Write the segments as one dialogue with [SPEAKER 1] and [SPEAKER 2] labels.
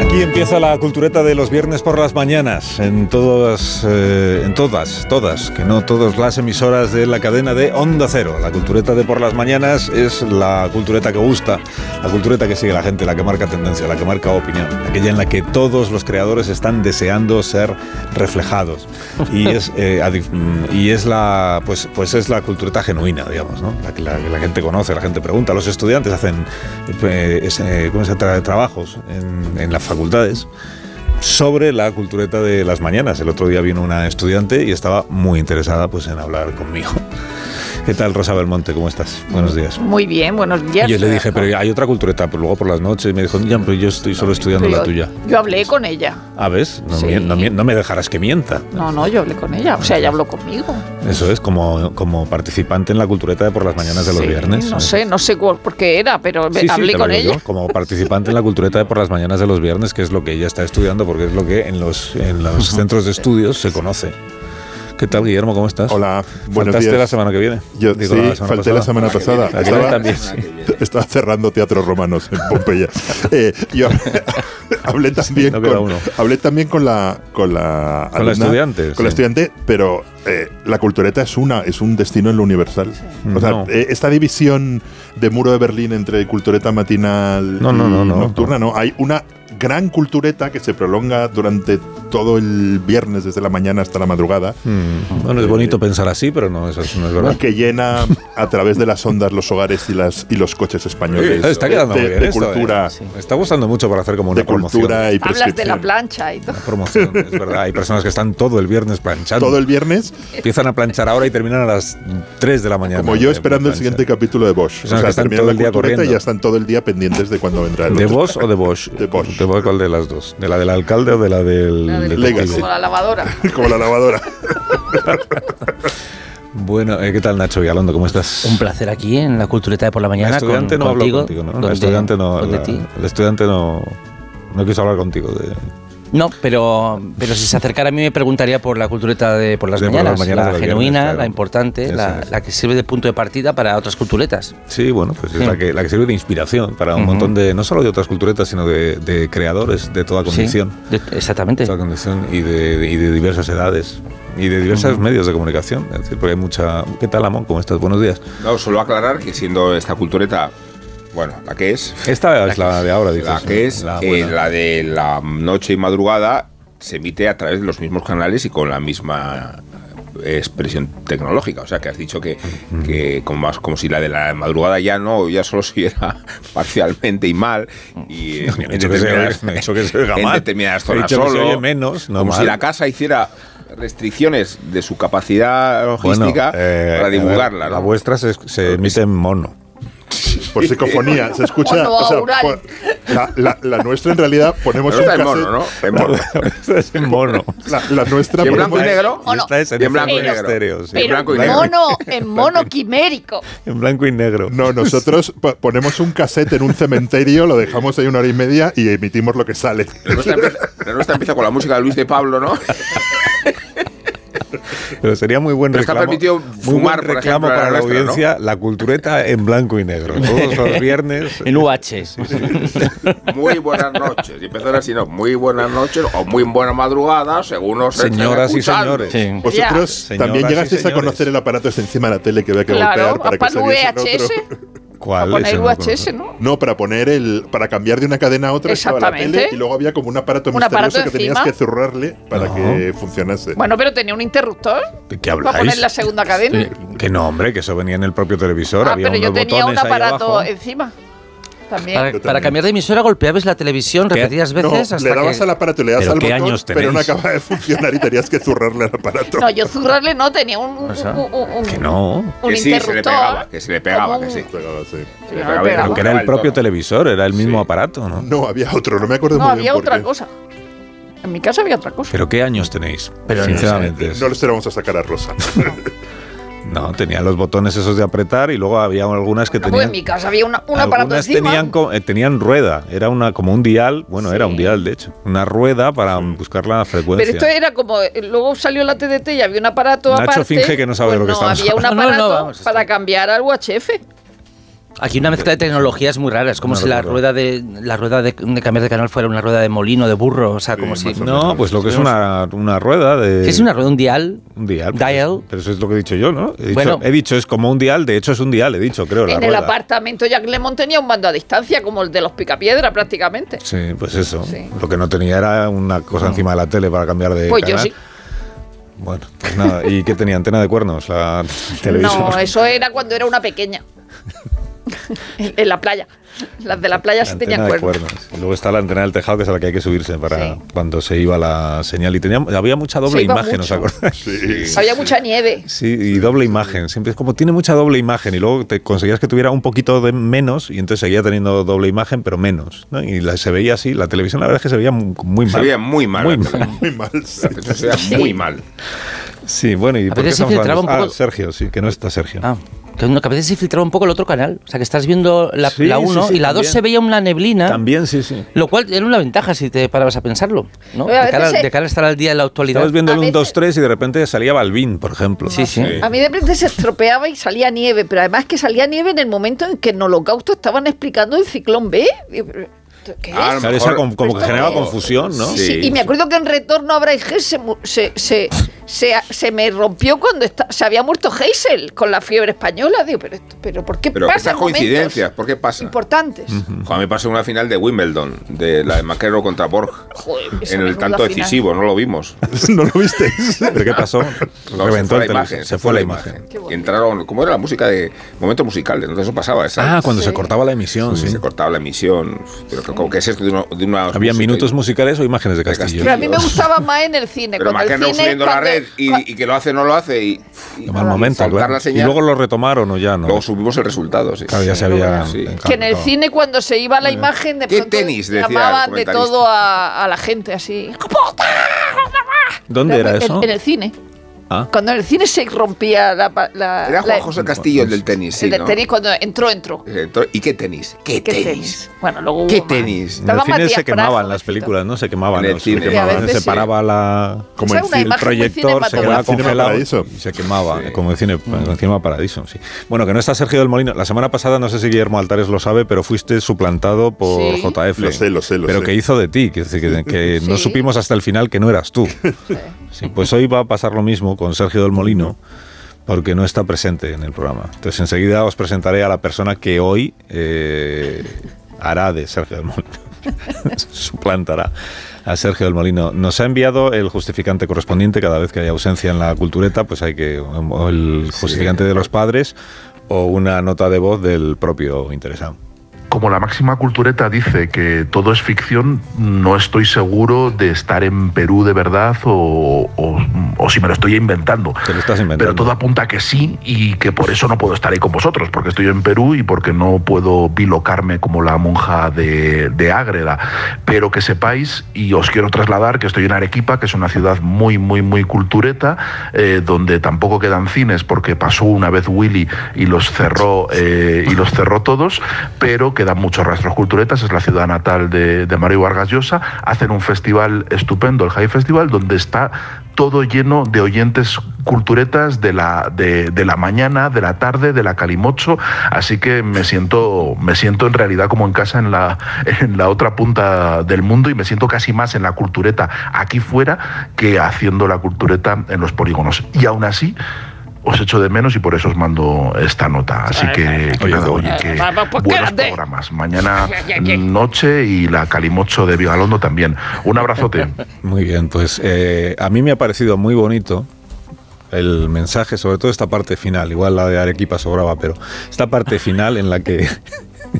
[SPEAKER 1] Aquí empieza la cultureta de los viernes por las mañanas, en todas, eh, en todas, todas, que no todas las emisoras de la cadena de Onda Cero. La cultureta de por las mañanas es la cultureta que gusta, la cultureta que sigue la gente, la que marca tendencia, la que marca opinión, aquella en la que todos los creadores están deseando ser reflejados. Y es, eh, adic- mm, y es la, pues, pues es la cultureta genuina, digamos, ¿no? La que la, que la gente conoce, la gente pregunta. Los estudiantes hacen eh, ese- ¿cómo se tra- trabajos en, en las facultades sobre la cultureta de las mañanas. El otro día vino una estudiante y estaba muy interesada pues, en hablar conmigo. ¿Qué tal, Rosa Belmonte? ¿Cómo estás? Buenos días.
[SPEAKER 2] Muy bien, buenos días.
[SPEAKER 1] Y yo le dije, pero hay otra cultureta, pero luego por las noches. Y me dijo, ya, pero yo estoy solo estudiando la
[SPEAKER 2] Yo-
[SPEAKER 1] tuya.
[SPEAKER 2] Yo hablé con ella.
[SPEAKER 1] Ah, ¿ves? No,
[SPEAKER 2] Sí.
[SPEAKER 1] mien- no mien- no me dejarás que mienta.
[SPEAKER 2] No, no, yo hablé con ella. O sea, ella habló conmigo.
[SPEAKER 1] Eso es, como, como participante en la cultureta de por las mañanas de los
[SPEAKER 2] Sí,
[SPEAKER 1] viernes.
[SPEAKER 2] No sé, no sé cuál- por qué era, pero me-
[SPEAKER 1] Sí, sí,
[SPEAKER 2] hablé
[SPEAKER 1] te lo
[SPEAKER 2] con
[SPEAKER 1] digo yo,
[SPEAKER 2] ella.
[SPEAKER 1] como participante en la cultureta de por las mañanas de los viernes, que es lo que ella está estudiando, porque es lo que en los, en los centros de estudios se conoce. ¿Qué tal, Guillermo? ¿Cómo estás?
[SPEAKER 3] Hola, buenos
[SPEAKER 1] ¿Faltaste
[SPEAKER 3] días.
[SPEAKER 1] la semana que viene?
[SPEAKER 3] Yo
[SPEAKER 1] Digo,
[SPEAKER 3] sí,
[SPEAKER 1] la semana
[SPEAKER 3] falté
[SPEAKER 1] pasada. Ah,
[SPEAKER 3] la semana pasada.
[SPEAKER 1] La que viene también, sí.
[SPEAKER 3] estaba cerrando teatros romanos en Pompeya. Eh, yo hablé también,
[SPEAKER 1] no queda
[SPEAKER 3] con,
[SPEAKER 1] uno.
[SPEAKER 3] hablé también con la con la,
[SPEAKER 1] Con la estudiante,
[SPEAKER 3] Con
[SPEAKER 1] sí.
[SPEAKER 3] la estudiante, pero eh, la cultureta es una, es un destino en lo universal. O sea,
[SPEAKER 1] No.
[SPEAKER 3] eh, esta división de muro de Berlín entre cultureta matinal
[SPEAKER 1] No, no, no,
[SPEAKER 3] y
[SPEAKER 1] no,
[SPEAKER 3] nocturna, no. Hay una gran cultureta que se prolonga durante todo el viernes, desde la mañana hasta la madrugada.
[SPEAKER 1] Mm, Bueno, es bonito pensar así, pero no, eso no es verdad.
[SPEAKER 3] que llena a través de las ondas los hogares y las y los coches españoles.
[SPEAKER 1] Está quedando
[SPEAKER 3] de,
[SPEAKER 1] muy bien
[SPEAKER 3] de
[SPEAKER 1] esto, ¿eh?
[SPEAKER 3] cultura,
[SPEAKER 1] Me Está gustando mucho para hacer como una
[SPEAKER 3] de cultura y pues
[SPEAKER 2] Hablas de la
[SPEAKER 3] prescripción.
[SPEAKER 2] plancha y todo.
[SPEAKER 1] promoción. Promoción, es verdad. Hay personas que están todo el viernes planchando.
[SPEAKER 3] Todo el viernes,
[SPEAKER 1] Empiezan a planchar ahora y terminan a las 3 de la mañana. Eh,
[SPEAKER 3] como yo esperando el siguiente capítulo de Bosch.
[SPEAKER 1] O sea, que están
[SPEAKER 3] terminan
[SPEAKER 1] todo el
[SPEAKER 3] la
[SPEAKER 1] día
[SPEAKER 3] cultureta
[SPEAKER 1] corriendo.
[SPEAKER 3] y ya están todo el día pendientes de cuándo vendrá el
[SPEAKER 1] ¿De
[SPEAKER 3] otro.
[SPEAKER 1] vos o de Bosch?
[SPEAKER 3] De Bosch.
[SPEAKER 1] ¿De Bosch cuál de las dos? ¿De la del alcalde o Mm, de la del
[SPEAKER 2] La del-
[SPEAKER 1] detective?
[SPEAKER 3] Legacy.
[SPEAKER 2] Como la lavadora.
[SPEAKER 3] Como la lavadora.
[SPEAKER 1] Bueno, eh, ¿qué tal Nacho Vigalondo? ¿Cómo estás?
[SPEAKER 4] Un placer aquí en la cultureta de por la
[SPEAKER 1] La
[SPEAKER 4] mañana.
[SPEAKER 1] estudiante
[SPEAKER 4] con-
[SPEAKER 1] no habló
[SPEAKER 4] contigo,
[SPEAKER 1] contigo, ¿no? La
[SPEAKER 4] donde-
[SPEAKER 1] estudiante no.
[SPEAKER 4] donde
[SPEAKER 1] la-
[SPEAKER 4] ti.
[SPEAKER 1] la estudiante no. No quiso hablar contigo. De,
[SPEAKER 4] No, pero, pero si se acercara a mí me preguntaría por la cultureta de por las
[SPEAKER 1] De por las
[SPEAKER 4] mañanas.
[SPEAKER 1] mañanas de
[SPEAKER 4] la
[SPEAKER 1] los
[SPEAKER 4] genuina,
[SPEAKER 1] viernes, claro.
[SPEAKER 4] la importante,
[SPEAKER 1] Eso
[SPEAKER 4] la,
[SPEAKER 1] es.
[SPEAKER 4] la que sirve de punto de partida para otras culturetas.
[SPEAKER 1] sí, bueno, pues es
[SPEAKER 4] Sí.
[SPEAKER 1] la que, la que sirve de inspiración para un
[SPEAKER 4] Ujú.
[SPEAKER 1] montón de. No solo de otras culturetas, sino de, de creadores de toda condición.
[SPEAKER 4] Sí, de- exactamente.
[SPEAKER 1] de toda condición y de, y de diversas edades. Y de diversos medios de comunicación. Es decir, porque hay mucha. ¿Qué tal, Amón? ¿Cómo estás? Buenos días.
[SPEAKER 5] No, solo aclarar que siendo esta cultureta, bueno, la que es,
[SPEAKER 1] Esta es la de ahora, dices.
[SPEAKER 5] la que es, eh,
[SPEAKER 1] La
[SPEAKER 5] la,
[SPEAKER 1] buena.
[SPEAKER 5] de la noche y madrugada, se emite a través de los mismos canales y con la misma eh, expresión tecnológica. O sea, que has dicho que, que como, más, como si la de la madrugada ya no, ya solo se viera parcialmente y mal. Y, eh,
[SPEAKER 1] No, ni he dicho que se oiga- no he dicho que se oiga
[SPEAKER 5] en
[SPEAKER 1] mal.
[SPEAKER 5] determinadas
[SPEAKER 1] He
[SPEAKER 5] zonas
[SPEAKER 1] dicho que se
[SPEAKER 5] solo.
[SPEAKER 1] oye menos, no
[SPEAKER 5] como
[SPEAKER 1] mal.
[SPEAKER 5] si la casa hiciera restricciones de su capacidad
[SPEAKER 1] Bueno,
[SPEAKER 5] logística
[SPEAKER 1] eh, a
[SPEAKER 5] para
[SPEAKER 1] ver,
[SPEAKER 5] divulgarla.
[SPEAKER 1] La
[SPEAKER 5] ¿no?
[SPEAKER 1] vuestra se, se emite en mono.
[SPEAKER 3] Por psicofonía. Se escucha.
[SPEAKER 2] Mono aural.
[SPEAKER 3] por- la, la- la nuestra en realidad ponemos
[SPEAKER 5] Pero está
[SPEAKER 3] un
[SPEAKER 5] en mono,
[SPEAKER 3] cassette-
[SPEAKER 5] ¿no? En mono.
[SPEAKER 1] Esta es en mono.
[SPEAKER 3] La, la nuestra
[SPEAKER 5] ¿Y en blanco y
[SPEAKER 3] ponemos-
[SPEAKER 5] negro?
[SPEAKER 2] Mono.
[SPEAKER 1] Esta es en,
[SPEAKER 5] Y en blanco y
[SPEAKER 1] estéreo,
[SPEAKER 5] negro.
[SPEAKER 1] estéreo, sí.
[SPEAKER 2] Pero
[SPEAKER 5] blanco y
[SPEAKER 2] en
[SPEAKER 5] negro.
[SPEAKER 2] mono, en mono quimérico.
[SPEAKER 1] En blanco y negro.
[SPEAKER 3] No, nosotros po- ponemos un cassette en un cementerio, lo dejamos ahí una hora y media y emitimos lo que sale.
[SPEAKER 5] La nuestra, empieza, la nuestra empieza con la música de Luis de Pablo, ¿no?
[SPEAKER 1] Pero sería muy buen
[SPEAKER 5] Pero está
[SPEAKER 1] reclamo.
[SPEAKER 5] permitido
[SPEAKER 1] muy buen
[SPEAKER 5] fumar, por
[SPEAKER 1] reclamo
[SPEAKER 5] ejemplo, a la
[SPEAKER 1] para la
[SPEAKER 5] nuestra,
[SPEAKER 1] audiencia, la cultureta en blanco y negro. Todos los viernes.
[SPEAKER 4] En UH.
[SPEAKER 5] Muy buenas noches. Y empezar así, ¿no? Muy buenas noches o muy buena madrugada, según nos estén
[SPEAKER 1] Señoras y
[SPEAKER 5] escuchando.
[SPEAKER 1] señores.
[SPEAKER 4] Sí.
[SPEAKER 3] Vosotros
[SPEAKER 1] Ya.
[SPEAKER 3] también
[SPEAKER 1] Señoras y
[SPEAKER 3] llegasteis a
[SPEAKER 1] señores.
[SPEAKER 3] conocer el aparato este encima de la tele que había que
[SPEAKER 2] Claro,
[SPEAKER 3] golpear para que
[SPEAKER 2] aparato
[SPEAKER 3] saliese en
[SPEAKER 2] VHS.
[SPEAKER 3] otro.
[SPEAKER 1] ¿Cuál?
[SPEAKER 2] Con
[SPEAKER 1] Ese no
[SPEAKER 2] el
[SPEAKER 1] lo
[SPEAKER 2] VHS, ¿no?
[SPEAKER 3] No, para poner el. para cambiar de una cadena a otra estaba la
[SPEAKER 2] Exactamente.
[SPEAKER 3] tele y luego había como un aparato
[SPEAKER 2] Un
[SPEAKER 3] misterioso
[SPEAKER 2] aparato
[SPEAKER 3] que tenías
[SPEAKER 2] encima.
[SPEAKER 3] que zurrarle para
[SPEAKER 1] No.
[SPEAKER 3] que funcionase.
[SPEAKER 2] Bueno, pero tenía un interruptor.
[SPEAKER 1] ¿De qué
[SPEAKER 2] Para
[SPEAKER 1] habláis?
[SPEAKER 2] poner la segunda cadena.
[SPEAKER 1] Sí, Que no, hombre, que eso venía en el propio televisor.
[SPEAKER 2] Ah,
[SPEAKER 1] había
[SPEAKER 2] pero yo
[SPEAKER 1] unos
[SPEAKER 2] tenía un
[SPEAKER 1] botones ahí
[SPEAKER 2] aparato
[SPEAKER 1] abajo.
[SPEAKER 2] encima. También.
[SPEAKER 4] Para,
[SPEAKER 3] Yo
[SPEAKER 4] para
[SPEAKER 3] también.
[SPEAKER 4] cambiar de emisora golpeabas la televisión
[SPEAKER 1] ¿Qué?
[SPEAKER 4] repetidas
[SPEAKER 3] No,
[SPEAKER 4] veces hasta
[SPEAKER 3] le dabas
[SPEAKER 4] que...
[SPEAKER 3] al aparato y le dabas
[SPEAKER 1] ¿Pero
[SPEAKER 3] al
[SPEAKER 1] qué
[SPEAKER 3] botón,
[SPEAKER 1] años
[SPEAKER 3] pero no
[SPEAKER 1] tenéis?
[SPEAKER 3] acababa de funcionar y tenías que zurrarle al aparato.
[SPEAKER 2] No, yo zurrarle no, tenía un, un,
[SPEAKER 4] O sea,
[SPEAKER 2] un- un- un-
[SPEAKER 1] Que no.
[SPEAKER 2] un
[SPEAKER 5] Que sí, se le
[SPEAKER 2] interruptor.
[SPEAKER 5] pegaba, que se le pegaba,
[SPEAKER 2] como
[SPEAKER 5] que sí.
[SPEAKER 3] Pegaba así.
[SPEAKER 2] Sí, no,
[SPEAKER 5] pegaba y
[SPEAKER 2] le pegaba.
[SPEAKER 1] Pero que era el
[SPEAKER 5] Abajo.
[SPEAKER 1] propio televisor, era el mismo
[SPEAKER 5] Sí.
[SPEAKER 1] aparato, ¿no?
[SPEAKER 3] No, había otro, no me acuerdo
[SPEAKER 2] No,
[SPEAKER 3] muy bien.
[SPEAKER 2] había
[SPEAKER 3] por
[SPEAKER 2] otra
[SPEAKER 3] qué.
[SPEAKER 2] cosa. En mi casa había otra cosa.
[SPEAKER 1] ¿Pero qué años tenéis?
[SPEAKER 4] Pero no
[SPEAKER 1] Sinceramente.
[SPEAKER 3] No les vamos a sacar a Rosa.
[SPEAKER 1] No, tenía los botones esos de apretar y luego había algunas que
[SPEAKER 2] No, pues
[SPEAKER 1] tenían.
[SPEAKER 2] en mi casa había una, un aparato
[SPEAKER 1] Algunas
[SPEAKER 2] encima.
[SPEAKER 1] tenían, co- eh, tenían rueda, era una como un dial, bueno, era un dial de hecho, una rueda para buscar la frecuencia.
[SPEAKER 2] Pero esto era como. eh, Luego salió la TDT y había un aparato
[SPEAKER 1] Nacho
[SPEAKER 2] aparte. Pues
[SPEAKER 1] finge que no sabe de lo que
[SPEAKER 2] no,
[SPEAKER 1] estamos
[SPEAKER 2] había un
[SPEAKER 4] hablando. No,
[SPEAKER 2] aparato
[SPEAKER 4] no, no, vamos,
[SPEAKER 2] para
[SPEAKER 4] está-
[SPEAKER 2] cambiar al UHF.
[SPEAKER 4] Aquí una mezcla de tecnologías muy raras, como
[SPEAKER 1] No
[SPEAKER 4] si la
[SPEAKER 1] recuerdo.
[SPEAKER 4] rueda de la rueda de, de cambiar de canal fuera una rueda de molino, de burro, o sea, como
[SPEAKER 3] Sí, más
[SPEAKER 4] si...
[SPEAKER 3] o
[SPEAKER 1] No, pues lo que es una, una rueda de.
[SPEAKER 4] ¿Qué es una rueda? ¿Un dial?
[SPEAKER 1] Un dial. pues,
[SPEAKER 4] Dial.
[SPEAKER 1] Pero eso es lo que he dicho yo, ¿no? He dicho,
[SPEAKER 4] Bueno.
[SPEAKER 1] he dicho, es como un dial, de hecho es un dial, he dicho, creo. la
[SPEAKER 2] en el
[SPEAKER 1] rueda.
[SPEAKER 2] apartamento Jack Lemon tenía un mando a distancia, como el de los picapiedra prácticamente.
[SPEAKER 1] Sí, pues eso.
[SPEAKER 2] Sí.
[SPEAKER 1] Lo que no tenía era una cosa encima de la tele para cambiar de
[SPEAKER 2] Pues yo
[SPEAKER 1] canal.
[SPEAKER 2] sí.
[SPEAKER 1] Bueno, pues nada. ¿Y qué tenía? ¿Antena de cuernos? La el televisor.
[SPEAKER 2] No, eso era cuando era una pequeña. en, en la playa. Las de la playa
[SPEAKER 1] La
[SPEAKER 2] sí tenían
[SPEAKER 1] antena de
[SPEAKER 2] cuernos.
[SPEAKER 1] cuernos. Y luego está la antena del tejado, que es a la que hay que subirse para
[SPEAKER 2] Sí.
[SPEAKER 1] cuando se iba la señal. Y tenía, había mucha doble
[SPEAKER 2] Se iba
[SPEAKER 1] imagen, ¿os
[SPEAKER 2] mucho.
[SPEAKER 1] acordáis?
[SPEAKER 3] Sí.
[SPEAKER 2] Había mucha nieve.
[SPEAKER 1] Sí, y doble imagen. Siempre es como tiene mucha doble imagen y luego te conseguías que tuviera un poquito de menos y entonces seguía teniendo doble imagen, pero menos. ¿no? Y la- se veía así. La televisión, la verdad es que se veía mu- muy mal.
[SPEAKER 5] Se veía muy mal.
[SPEAKER 1] Muy
[SPEAKER 5] la
[SPEAKER 1] mal.
[SPEAKER 5] tele.
[SPEAKER 3] Muy mal. sí.
[SPEAKER 5] La televisión se veía muy mal.
[SPEAKER 1] Sí, bueno, y
[SPEAKER 4] A
[SPEAKER 1] por qué
[SPEAKER 4] veces se
[SPEAKER 1] estamos hablando?
[SPEAKER 4] filtraba un poco-
[SPEAKER 1] Ah, Sergio, sí, que no está Sergio.
[SPEAKER 4] Ah, que, no, que a veces se filtraba un poco el otro canal. O sea, que estás viendo la
[SPEAKER 1] Sí,
[SPEAKER 4] 1
[SPEAKER 1] sí, sí,
[SPEAKER 4] y la 2
[SPEAKER 1] también.
[SPEAKER 4] se veía una neblina.
[SPEAKER 1] También, sí, sí.
[SPEAKER 4] Lo cual era una ventaja si te parabas a pensarlo. ¿no?
[SPEAKER 2] Pero a
[SPEAKER 4] De, cara,
[SPEAKER 2] veces se-
[SPEAKER 4] de cara a estar al día en la actualidad.
[SPEAKER 1] Estabas viendo
[SPEAKER 2] A
[SPEAKER 1] el 1,
[SPEAKER 2] veces-
[SPEAKER 1] 2, 3 y de repente salía Balvin, por ejemplo.
[SPEAKER 4] Sí, sí.
[SPEAKER 5] Sí.
[SPEAKER 2] A mí de repente se estropeaba y salía nieve, pero además que salía nieve en el momento en que en Holocausto estaban explicando el ciclón B. Digo, pero, ¿Qué es?
[SPEAKER 5] Ah,
[SPEAKER 1] Claro, eso
[SPEAKER 5] Mejor-
[SPEAKER 1] como, como que
[SPEAKER 2] Esto
[SPEAKER 1] generaba
[SPEAKER 2] es-
[SPEAKER 1] confusión, ¿no?
[SPEAKER 2] Sí, sí,
[SPEAKER 5] Sí,
[SPEAKER 2] y me
[SPEAKER 5] sí.
[SPEAKER 2] acuerdo que en retorno a Bryce G se, mu- se, se, se, se me rompió cuando esta- se había muerto Hazel con la fiebre española. Digo, pero, esto- pero ¿por qué
[SPEAKER 5] Pero
[SPEAKER 2] pasan
[SPEAKER 5] esas
[SPEAKER 2] momentos
[SPEAKER 5] coincidencias, ¿por qué pasa?
[SPEAKER 2] Importantes.
[SPEAKER 5] Joder, me pasó una final de Wimbledon, de la de Maquero contra Borg.
[SPEAKER 2] Joder, esa
[SPEAKER 5] en el
[SPEAKER 2] menuda
[SPEAKER 5] tanto
[SPEAKER 2] final.
[SPEAKER 5] decisivo, no lo vimos.
[SPEAKER 3] ¿No lo visteis?
[SPEAKER 1] ¿Pero qué pasó?
[SPEAKER 5] No,
[SPEAKER 1] Reventó
[SPEAKER 5] se fue
[SPEAKER 1] el
[SPEAKER 5] la imagen.
[SPEAKER 1] televisor. Se fue la imagen.
[SPEAKER 2] Qué bonito.
[SPEAKER 5] Entraron, ¿cómo era la música de momentos musicales? Entonces eso pasaba. esa-
[SPEAKER 1] Ah, cuando
[SPEAKER 2] Sí.
[SPEAKER 1] se cortaba la emisión, sí.
[SPEAKER 5] se cortaba la emisión. Pero que- como que es esto de, uno- de una.
[SPEAKER 1] Había minutos musicales o imágenes de Castillo.
[SPEAKER 2] Pero a mí me gustaba más en el cine.
[SPEAKER 5] Pero
[SPEAKER 2] cuando el
[SPEAKER 5] McEnroe
[SPEAKER 2] cine,
[SPEAKER 5] subiendo la
[SPEAKER 2] cuando-
[SPEAKER 5] red y,
[SPEAKER 2] cua-
[SPEAKER 5] y que lo hace, no lo hace. Y, y-
[SPEAKER 1] Qué mal momento,
[SPEAKER 5] saltar
[SPEAKER 1] claro.
[SPEAKER 5] la
[SPEAKER 1] Y
[SPEAKER 5] señal.
[SPEAKER 1] luego lo retomaron o ya no.
[SPEAKER 5] Luego subimos el resultado. Sí.
[SPEAKER 1] Claro, ya se había.
[SPEAKER 5] Sí.
[SPEAKER 2] Que en el cine cuando se iba la imagen de
[SPEAKER 5] ¿Qué
[SPEAKER 2] pronto
[SPEAKER 5] tenis? decía el
[SPEAKER 2] llamaban de
[SPEAKER 5] comentarista.
[SPEAKER 2] todo a, a la gente así. ¡Hijo puta!
[SPEAKER 1] ¿Dónde era
[SPEAKER 2] En-
[SPEAKER 1] eso?
[SPEAKER 2] En, el cine.
[SPEAKER 1] Ah.
[SPEAKER 2] Cuando en el cine se rompía la... pa- la-
[SPEAKER 5] Era Juan
[SPEAKER 2] la-
[SPEAKER 5] José Castillo el del tenis. Sí,
[SPEAKER 2] el de
[SPEAKER 5] ¿no? Eh,
[SPEAKER 2] tenis cuando entró, entró.
[SPEAKER 5] Entonces, ¿Y qué tenis? ¿Qué,
[SPEAKER 2] ¿Qué tenis?
[SPEAKER 5] tenis?
[SPEAKER 2] Bueno, luego hubo
[SPEAKER 5] ¿Qué
[SPEAKER 2] más.
[SPEAKER 5] tenis?
[SPEAKER 1] En el
[SPEAKER 2] Estaba
[SPEAKER 1] cine
[SPEAKER 2] Matías
[SPEAKER 1] se
[SPEAKER 2] Prats,
[SPEAKER 1] quemaban
[SPEAKER 2] jovencito.
[SPEAKER 1] las películas, ¿no? Se quemaban,
[SPEAKER 5] En el
[SPEAKER 1] ¿no?
[SPEAKER 5] cine.
[SPEAKER 1] se quemaban,
[SPEAKER 2] Sí, a veces
[SPEAKER 1] se
[SPEAKER 2] sí.
[SPEAKER 1] paraba la...
[SPEAKER 3] Como
[SPEAKER 2] Esa
[SPEAKER 3] el
[SPEAKER 2] es una
[SPEAKER 3] film
[SPEAKER 2] imagen muy
[SPEAKER 1] proyector, se quedaba
[SPEAKER 2] cinematográfica.
[SPEAKER 3] Como el cine
[SPEAKER 1] congelado
[SPEAKER 3] Paraíso.
[SPEAKER 1] y se quemaba,
[SPEAKER 5] Sí.
[SPEAKER 1] eh, como el
[SPEAKER 3] Mm.
[SPEAKER 1] cine, encima Paradiso, sí. Bueno, que no está Sergio del Molino. La semana pasada, no sé si Guillermo Altares lo sabe, pero fuiste suplantado por
[SPEAKER 2] Sí.
[SPEAKER 1] JF.
[SPEAKER 3] Lo sé, lo sé, lo
[SPEAKER 1] Pero
[SPEAKER 3] sé.
[SPEAKER 1] que hizo de ti, que, que, que no
[SPEAKER 2] Sí.
[SPEAKER 1] supimos hasta el final que no eras tú. Sí, pues hoy va a pasar lo mismo con Sergio del Molino, porque no está presente en el programa. Entonces enseguida os presentaré a la persona que hoy eh, hará de Sergio del Molino. Suplantará a Sergio del Molino. Nos ha enviado el justificante correspondiente cada vez que hay ausencia en la cultureta, pues hay que. o el justificante de los padres o una nota de voz del propio interesado.
[SPEAKER 6] Como la máxima cultureta dice que todo es ficción, no estoy seguro de estar en Perú de verdad o, o- o si me lo estoy inventando.
[SPEAKER 1] Te lo estás inventando.
[SPEAKER 6] Pero todo apunta a que sí y que por eso no puedo estar ahí con vosotros, porque estoy en Perú y porque no puedo bilocarme como la monja de, de Ágreda. Pero que sepáis, y os quiero trasladar, que estoy en Arequipa, que es una ciudad muy, muy, muy cultureta, eh, donde tampoco quedan cines porque pasó una vez Willy y los cerró, eh, y los cerró todos, pero quedan muchos rastros culturetas. Es la ciudad natal de, de Mario Vargas Llosa. Hacen un festival estupendo, el High Festival, donde está todo lleno de oyentes culturetas de la, de, de la mañana, de la tarde, de la calimocho, así que me siento, me siento en realidad como en casa en la, en la otra punta del mundo y me siento casi más en la cultureta aquí fuera que haciendo la cultureta en los polígonos. Y aún así, os echo de menos y por eso os mando esta nota. Así
[SPEAKER 2] Ay,
[SPEAKER 6] que, que
[SPEAKER 1] oye,
[SPEAKER 6] nada,
[SPEAKER 1] tú.
[SPEAKER 6] oye, que
[SPEAKER 2] Vamos, pues
[SPEAKER 6] buenos
[SPEAKER 2] quédate.
[SPEAKER 6] programas. Mañana
[SPEAKER 2] Ay, ay, ay.
[SPEAKER 6] noche y la Calimocho de Vigalondo también. Un abrazote.
[SPEAKER 1] Muy bien, pues eh, a mí me ha parecido muy bonito el mensaje, sobre todo esta parte final, igual la de Arequipa sobraba, pero esta parte final en la que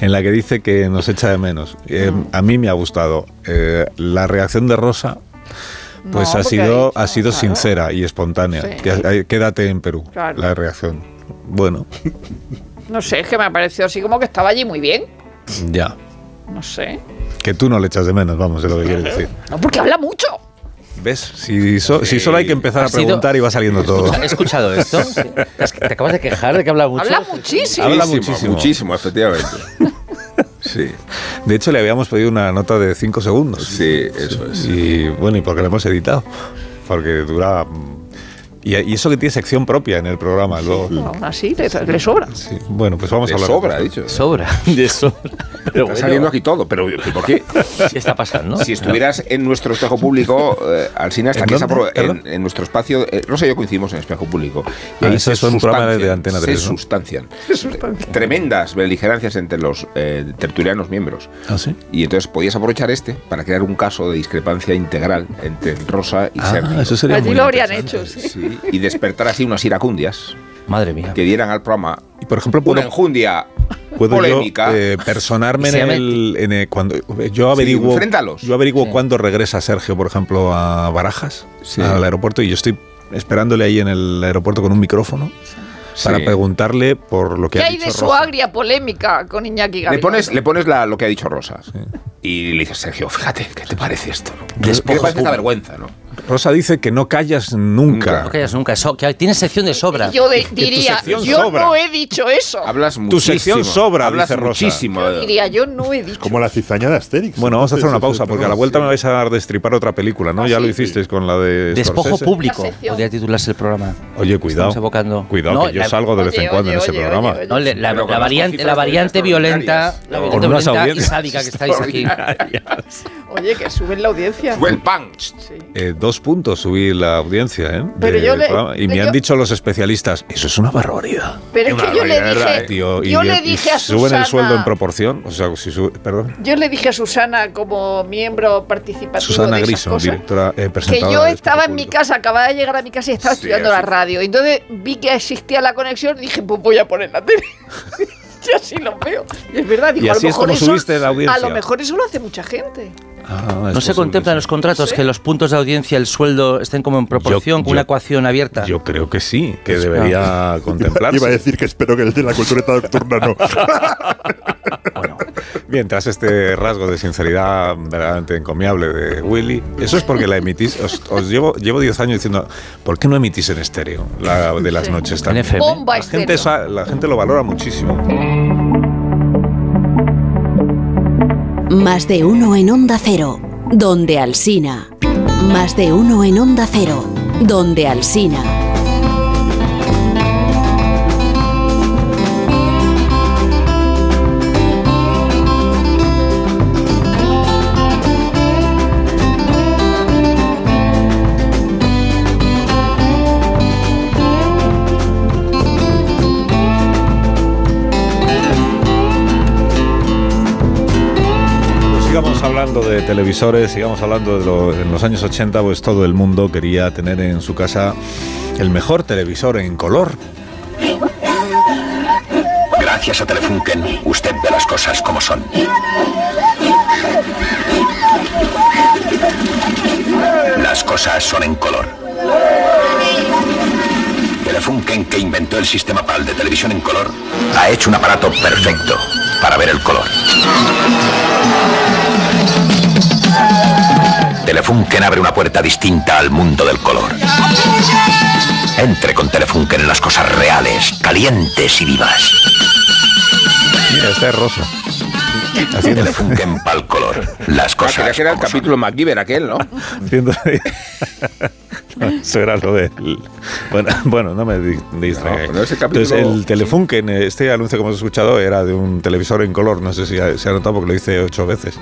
[SPEAKER 1] en la que dice que nos echa de menos. Eh, a mí me ha gustado eh, la reacción de Rosa. Pues
[SPEAKER 2] No,
[SPEAKER 1] ha
[SPEAKER 2] porque ha
[SPEAKER 1] sido
[SPEAKER 2] dicho,
[SPEAKER 1] ha sido
[SPEAKER 2] claro.
[SPEAKER 1] sincera y espontánea.
[SPEAKER 2] Sí.
[SPEAKER 1] Que- eh, Quédate en Perú.
[SPEAKER 2] Claro.
[SPEAKER 1] La reacción. Bueno,
[SPEAKER 2] No sé, es que me ha parecido así como que estaba allí muy bien.
[SPEAKER 1] ya.
[SPEAKER 2] No sé.
[SPEAKER 1] Que tú no le echas de menos, vamos, es lo que quiero decir.
[SPEAKER 2] No, porque habla mucho.
[SPEAKER 1] ¿Ves? Si, so- si solo hay que empezar
[SPEAKER 4] Ha
[SPEAKER 1] a
[SPEAKER 4] sido-
[SPEAKER 1] preguntar y va saliendo todo.
[SPEAKER 4] ¿Has escuchado esto? Sí. ¿Te has- ¿Te acabas de quejar de que habla mucho?
[SPEAKER 2] Habla muchísimo.
[SPEAKER 1] Habla muchísimo.
[SPEAKER 5] muchísimo. Muchísimo, efectivamente. Sí,
[SPEAKER 1] De hecho, le habíamos pedido una nota de 5 segundos.
[SPEAKER 5] sí, eso es.
[SPEAKER 1] Y bueno, y porque la hemos editado. Porque dura. mm, Y, y eso que tiene sección propia en el programa. luego.
[SPEAKER 2] Aún así, le, le sobra.
[SPEAKER 1] Sí. Bueno, pues vamos
[SPEAKER 5] De
[SPEAKER 1] a hablar.
[SPEAKER 5] sobra, ha
[SPEAKER 1] de
[SPEAKER 5] dicho. Está
[SPEAKER 4] Sobra, de sobra. Pero bueno,
[SPEAKER 5] saliendo aquí todo, pero ¿pero ¿por qué?
[SPEAKER 4] ¿Qué está pasando?
[SPEAKER 5] Si estuvieras en nuestro espejo público, eh, Alsina, hasta
[SPEAKER 1] ¿En
[SPEAKER 5] aquí se
[SPEAKER 1] dónde?
[SPEAKER 5] apro- en,
[SPEAKER 1] Perdón.
[SPEAKER 5] en nuestro espacio, eh, Rosa y yo coincidimos en espejo público. Y
[SPEAKER 1] Ah,
[SPEAKER 5] ahí
[SPEAKER 1] eso
[SPEAKER 5] se
[SPEAKER 1] es un programa de- de
[SPEAKER 5] sustancian-
[SPEAKER 1] Antena
[SPEAKER 5] Se
[SPEAKER 1] tres, ¿no?
[SPEAKER 5] sustancian. Tremendas beligerancias entre los eh, tertulianos miembros.
[SPEAKER 1] ¿Ah, sí?
[SPEAKER 5] Y entonces podías aprovechar este para crear un caso de discrepancia integral entre Rosa y
[SPEAKER 1] Ah,
[SPEAKER 5] Sergio.
[SPEAKER 1] eso sería
[SPEAKER 2] Allí
[SPEAKER 1] muy
[SPEAKER 2] lo habrían
[SPEAKER 1] interesante.
[SPEAKER 2] hecho, sí.
[SPEAKER 5] Sí, y despertar así unas iracundias
[SPEAKER 4] Madre mía.
[SPEAKER 5] que dieran al programa
[SPEAKER 1] Y por ejemplo,
[SPEAKER 5] una
[SPEAKER 1] puedo,
[SPEAKER 5] enjundia
[SPEAKER 1] puedo
[SPEAKER 5] polémica.
[SPEAKER 1] yo eh, personarme
[SPEAKER 4] Y se
[SPEAKER 1] en
[SPEAKER 4] llama-
[SPEAKER 1] el. en el- cuando, yo averiguo.
[SPEAKER 5] enfréntalos.
[SPEAKER 1] yo averiguo
[SPEAKER 4] Sí.
[SPEAKER 1] cuándo regresa Sergio, por ejemplo, a Barajas,
[SPEAKER 5] Sí.
[SPEAKER 1] al aeropuerto, y yo estoy esperándole ahí en el aeropuerto con un micrófono para
[SPEAKER 5] Sí.
[SPEAKER 1] preguntarle por lo que
[SPEAKER 2] ¿Qué
[SPEAKER 1] ha
[SPEAKER 2] hay
[SPEAKER 1] dicho
[SPEAKER 2] de su
[SPEAKER 1] Rosa.
[SPEAKER 2] agria polémica con Iñaki
[SPEAKER 5] le
[SPEAKER 2] Gabilondo?
[SPEAKER 5] pones, le pones la- lo que ha dicho Rosa. Y le dices, Sergio, fíjate, ¿qué te parece esto? no? ¿Qué te
[SPEAKER 4] Despojo
[SPEAKER 5] parece
[SPEAKER 4] público.
[SPEAKER 5] esta vergüenza, no?
[SPEAKER 1] Rosa dice que no callas nunca.
[SPEAKER 5] Nunca.
[SPEAKER 4] No callas nunca, eso, que tienes sección de sobra.
[SPEAKER 2] Yo de-
[SPEAKER 1] que tu
[SPEAKER 2] diría,
[SPEAKER 1] sección
[SPEAKER 2] yo
[SPEAKER 1] sobra.
[SPEAKER 2] no he dicho eso.
[SPEAKER 5] Hablas muchísimo.
[SPEAKER 1] sección sobra,
[SPEAKER 5] hablas
[SPEAKER 1] dice Rosa.
[SPEAKER 5] muchísimo.
[SPEAKER 2] Diría, yo no he dicho.
[SPEAKER 3] Como la cizaña de Asterix.
[SPEAKER 1] Bueno, vamos a hacer una
[SPEAKER 3] Entonces,
[SPEAKER 1] pausa
[SPEAKER 3] ese
[SPEAKER 1] porque a la
[SPEAKER 3] programa,
[SPEAKER 1] vuelta
[SPEAKER 3] sí.
[SPEAKER 1] me vais a dar de destripar otra película, ¿no?
[SPEAKER 2] Ah,
[SPEAKER 1] ya
[SPEAKER 2] sí.
[SPEAKER 1] lo hicisteis con la de
[SPEAKER 4] Despojo
[SPEAKER 1] Scorsese.
[SPEAKER 4] público.
[SPEAKER 2] La sección.
[SPEAKER 4] Podría titularse el programa.
[SPEAKER 1] Oye, cuidado.
[SPEAKER 4] Estamos evocando.
[SPEAKER 1] Cuidado
[SPEAKER 4] No,
[SPEAKER 1] que yo
[SPEAKER 4] la-
[SPEAKER 1] salgo de vez
[SPEAKER 2] Oye,
[SPEAKER 1] en cuando
[SPEAKER 2] oye,
[SPEAKER 1] en ese
[SPEAKER 2] oye,
[SPEAKER 1] programa.
[SPEAKER 5] Pues
[SPEAKER 2] oye, oye.
[SPEAKER 4] No, le- la,
[SPEAKER 5] Pero con
[SPEAKER 4] la
[SPEAKER 5] las
[SPEAKER 4] variante,
[SPEAKER 5] cifras
[SPEAKER 4] la
[SPEAKER 5] de
[SPEAKER 4] variante violenta,
[SPEAKER 5] extraordinarias.
[SPEAKER 4] la
[SPEAKER 5] Con
[SPEAKER 4] variante
[SPEAKER 1] unas
[SPEAKER 4] violenta y
[SPEAKER 1] audiencias
[SPEAKER 4] sádica que estáis aquí.
[SPEAKER 2] Oye, que suben la audiencia.
[SPEAKER 5] Sube el punch.
[SPEAKER 2] Sí.
[SPEAKER 1] Eh, dos puntos subí la audiencia, ¿eh?
[SPEAKER 2] Pero
[SPEAKER 1] del
[SPEAKER 2] yo le-
[SPEAKER 1] programa. y
[SPEAKER 2] le-
[SPEAKER 1] me han
[SPEAKER 2] yo-
[SPEAKER 1] dicho los especialistas, eso es una barbaridad.
[SPEAKER 2] Pero es que yo le
[SPEAKER 5] barbaridad,
[SPEAKER 2] dije,
[SPEAKER 5] ¿verdad,
[SPEAKER 1] Tío,
[SPEAKER 2] yo
[SPEAKER 1] y,
[SPEAKER 2] le
[SPEAKER 1] y
[SPEAKER 2] dije a
[SPEAKER 1] suben el sueldo en
[SPEAKER 2] Susana,
[SPEAKER 1] proporción, o sea, si sube, perdón.
[SPEAKER 2] yo le dije a Susana como miembro participativo
[SPEAKER 1] Susana
[SPEAKER 2] de esas
[SPEAKER 1] Griso,
[SPEAKER 2] cosas,
[SPEAKER 1] directora eh,
[SPEAKER 2] que
[SPEAKER 1] presentadora.
[SPEAKER 2] yo
[SPEAKER 1] de
[SPEAKER 2] estaba en mi
[SPEAKER 1] Espectáculo.
[SPEAKER 2] casa, acababa de llegar a mi casa y estaba
[SPEAKER 5] Sí,
[SPEAKER 2] estudiando la
[SPEAKER 5] así.
[SPEAKER 2] radio. Entonces vi que existía la conexión y dije, pues voy a poner la tele. y así lo veo. Y es verdad, digo,
[SPEAKER 1] Y así
[SPEAKER 2] a lo
[SPEAKER 1] es
[SPEAKER 2] mejor
[SPEAKER 1] como
[SPEAKER 2] eso-
[SPEAKER 1] subiste la audiencia.
[SPEAKER 2] A lo mejor eso lo hace mucha gente.
[SPEAKER 1] Ah, es
[SPEAKER 4] No se
[SPEAKER 1] posible,
[SPEAKER 4] contemplan
[SPEAKER 1] sí.
[SPEAKER 4] los contratos
[SPEAKER 2] Sí.
[SPEAKER 4] que los puntos de audiencia, el sueldo estén como en proporción, con una
[SPEAKER 1] yo-
[SPEAKER 4] ecuación abierta.
[SPEAKER 1] Yo creo que sí, que
[SPEAKER 4] Es-
[SPEAKER 1] debería contemplarse.
[SPEAKER 3] Iba a decir que espero que el de la cultureta nocturna no.
[SPEAKER 1] Bien, tras este rasgo de sinceridad verdaderamente encomiable de Willy, eso es porque la emitís. Os, os llevo llevo 10 años diciendo, ¿por qué no emitís en estéreo la de las noches
[SPEAKER 4] En
[SPEAKER 1] también?
[SPEAKER 4] FM.
[SPEAKER 2] Bomba
[SPEAKER 1] La gente,
[SPEAKER 2] estéreo.
[SPEAKER 1] sa- la gente lo valora muchísimo.
[SPEAKER 7] Más de uno en Onda Cero, donde Alsina. Más de uno en Onda Cero, donde Alsina.
[SPEAKER 1] Pues Sigamos hablando de televisores, sigamos hablando de lo- en los años 80, pues todo el mundo quería tener en su casa el mejor televisor en color.
[SPEAKER 8] Gracias a Telefunken, usted ve las cosas como son. Las cosas son en color. Telefunken, que inventó el sistema PAL de televisión en color, ha hecho un aparato perfecto para ver el color. Telefunken abre una puerta distinta al mundo del color. Entre con Telefunken en las cosas reales, calientes y vivas.
[SPEAKER 1] Mira, esta es rosa. Haciendo,
[SPEAKER 8] Telefunken pal color. Las
[SPEAKER 5] Ah, creía
[SPEAKER 8] cosas.
[SPEAKER 5] que era el
[SPEAKER 8] como son.
[SPEAKER 5] capítulo MacGyver aquel, ¿no?
[SPEAKER 1] haciendo Eso era lo de. Bueno, bueno no me di- distraigáis.
[SPEAKER 5] No, pero ese capítulo-
[SPEAKER 1] Entonces, el Telefunken, este anuncio que hemos escuchado, era de un televisor en color. No sé si ha- se ha notado porque lo hice ocho veces.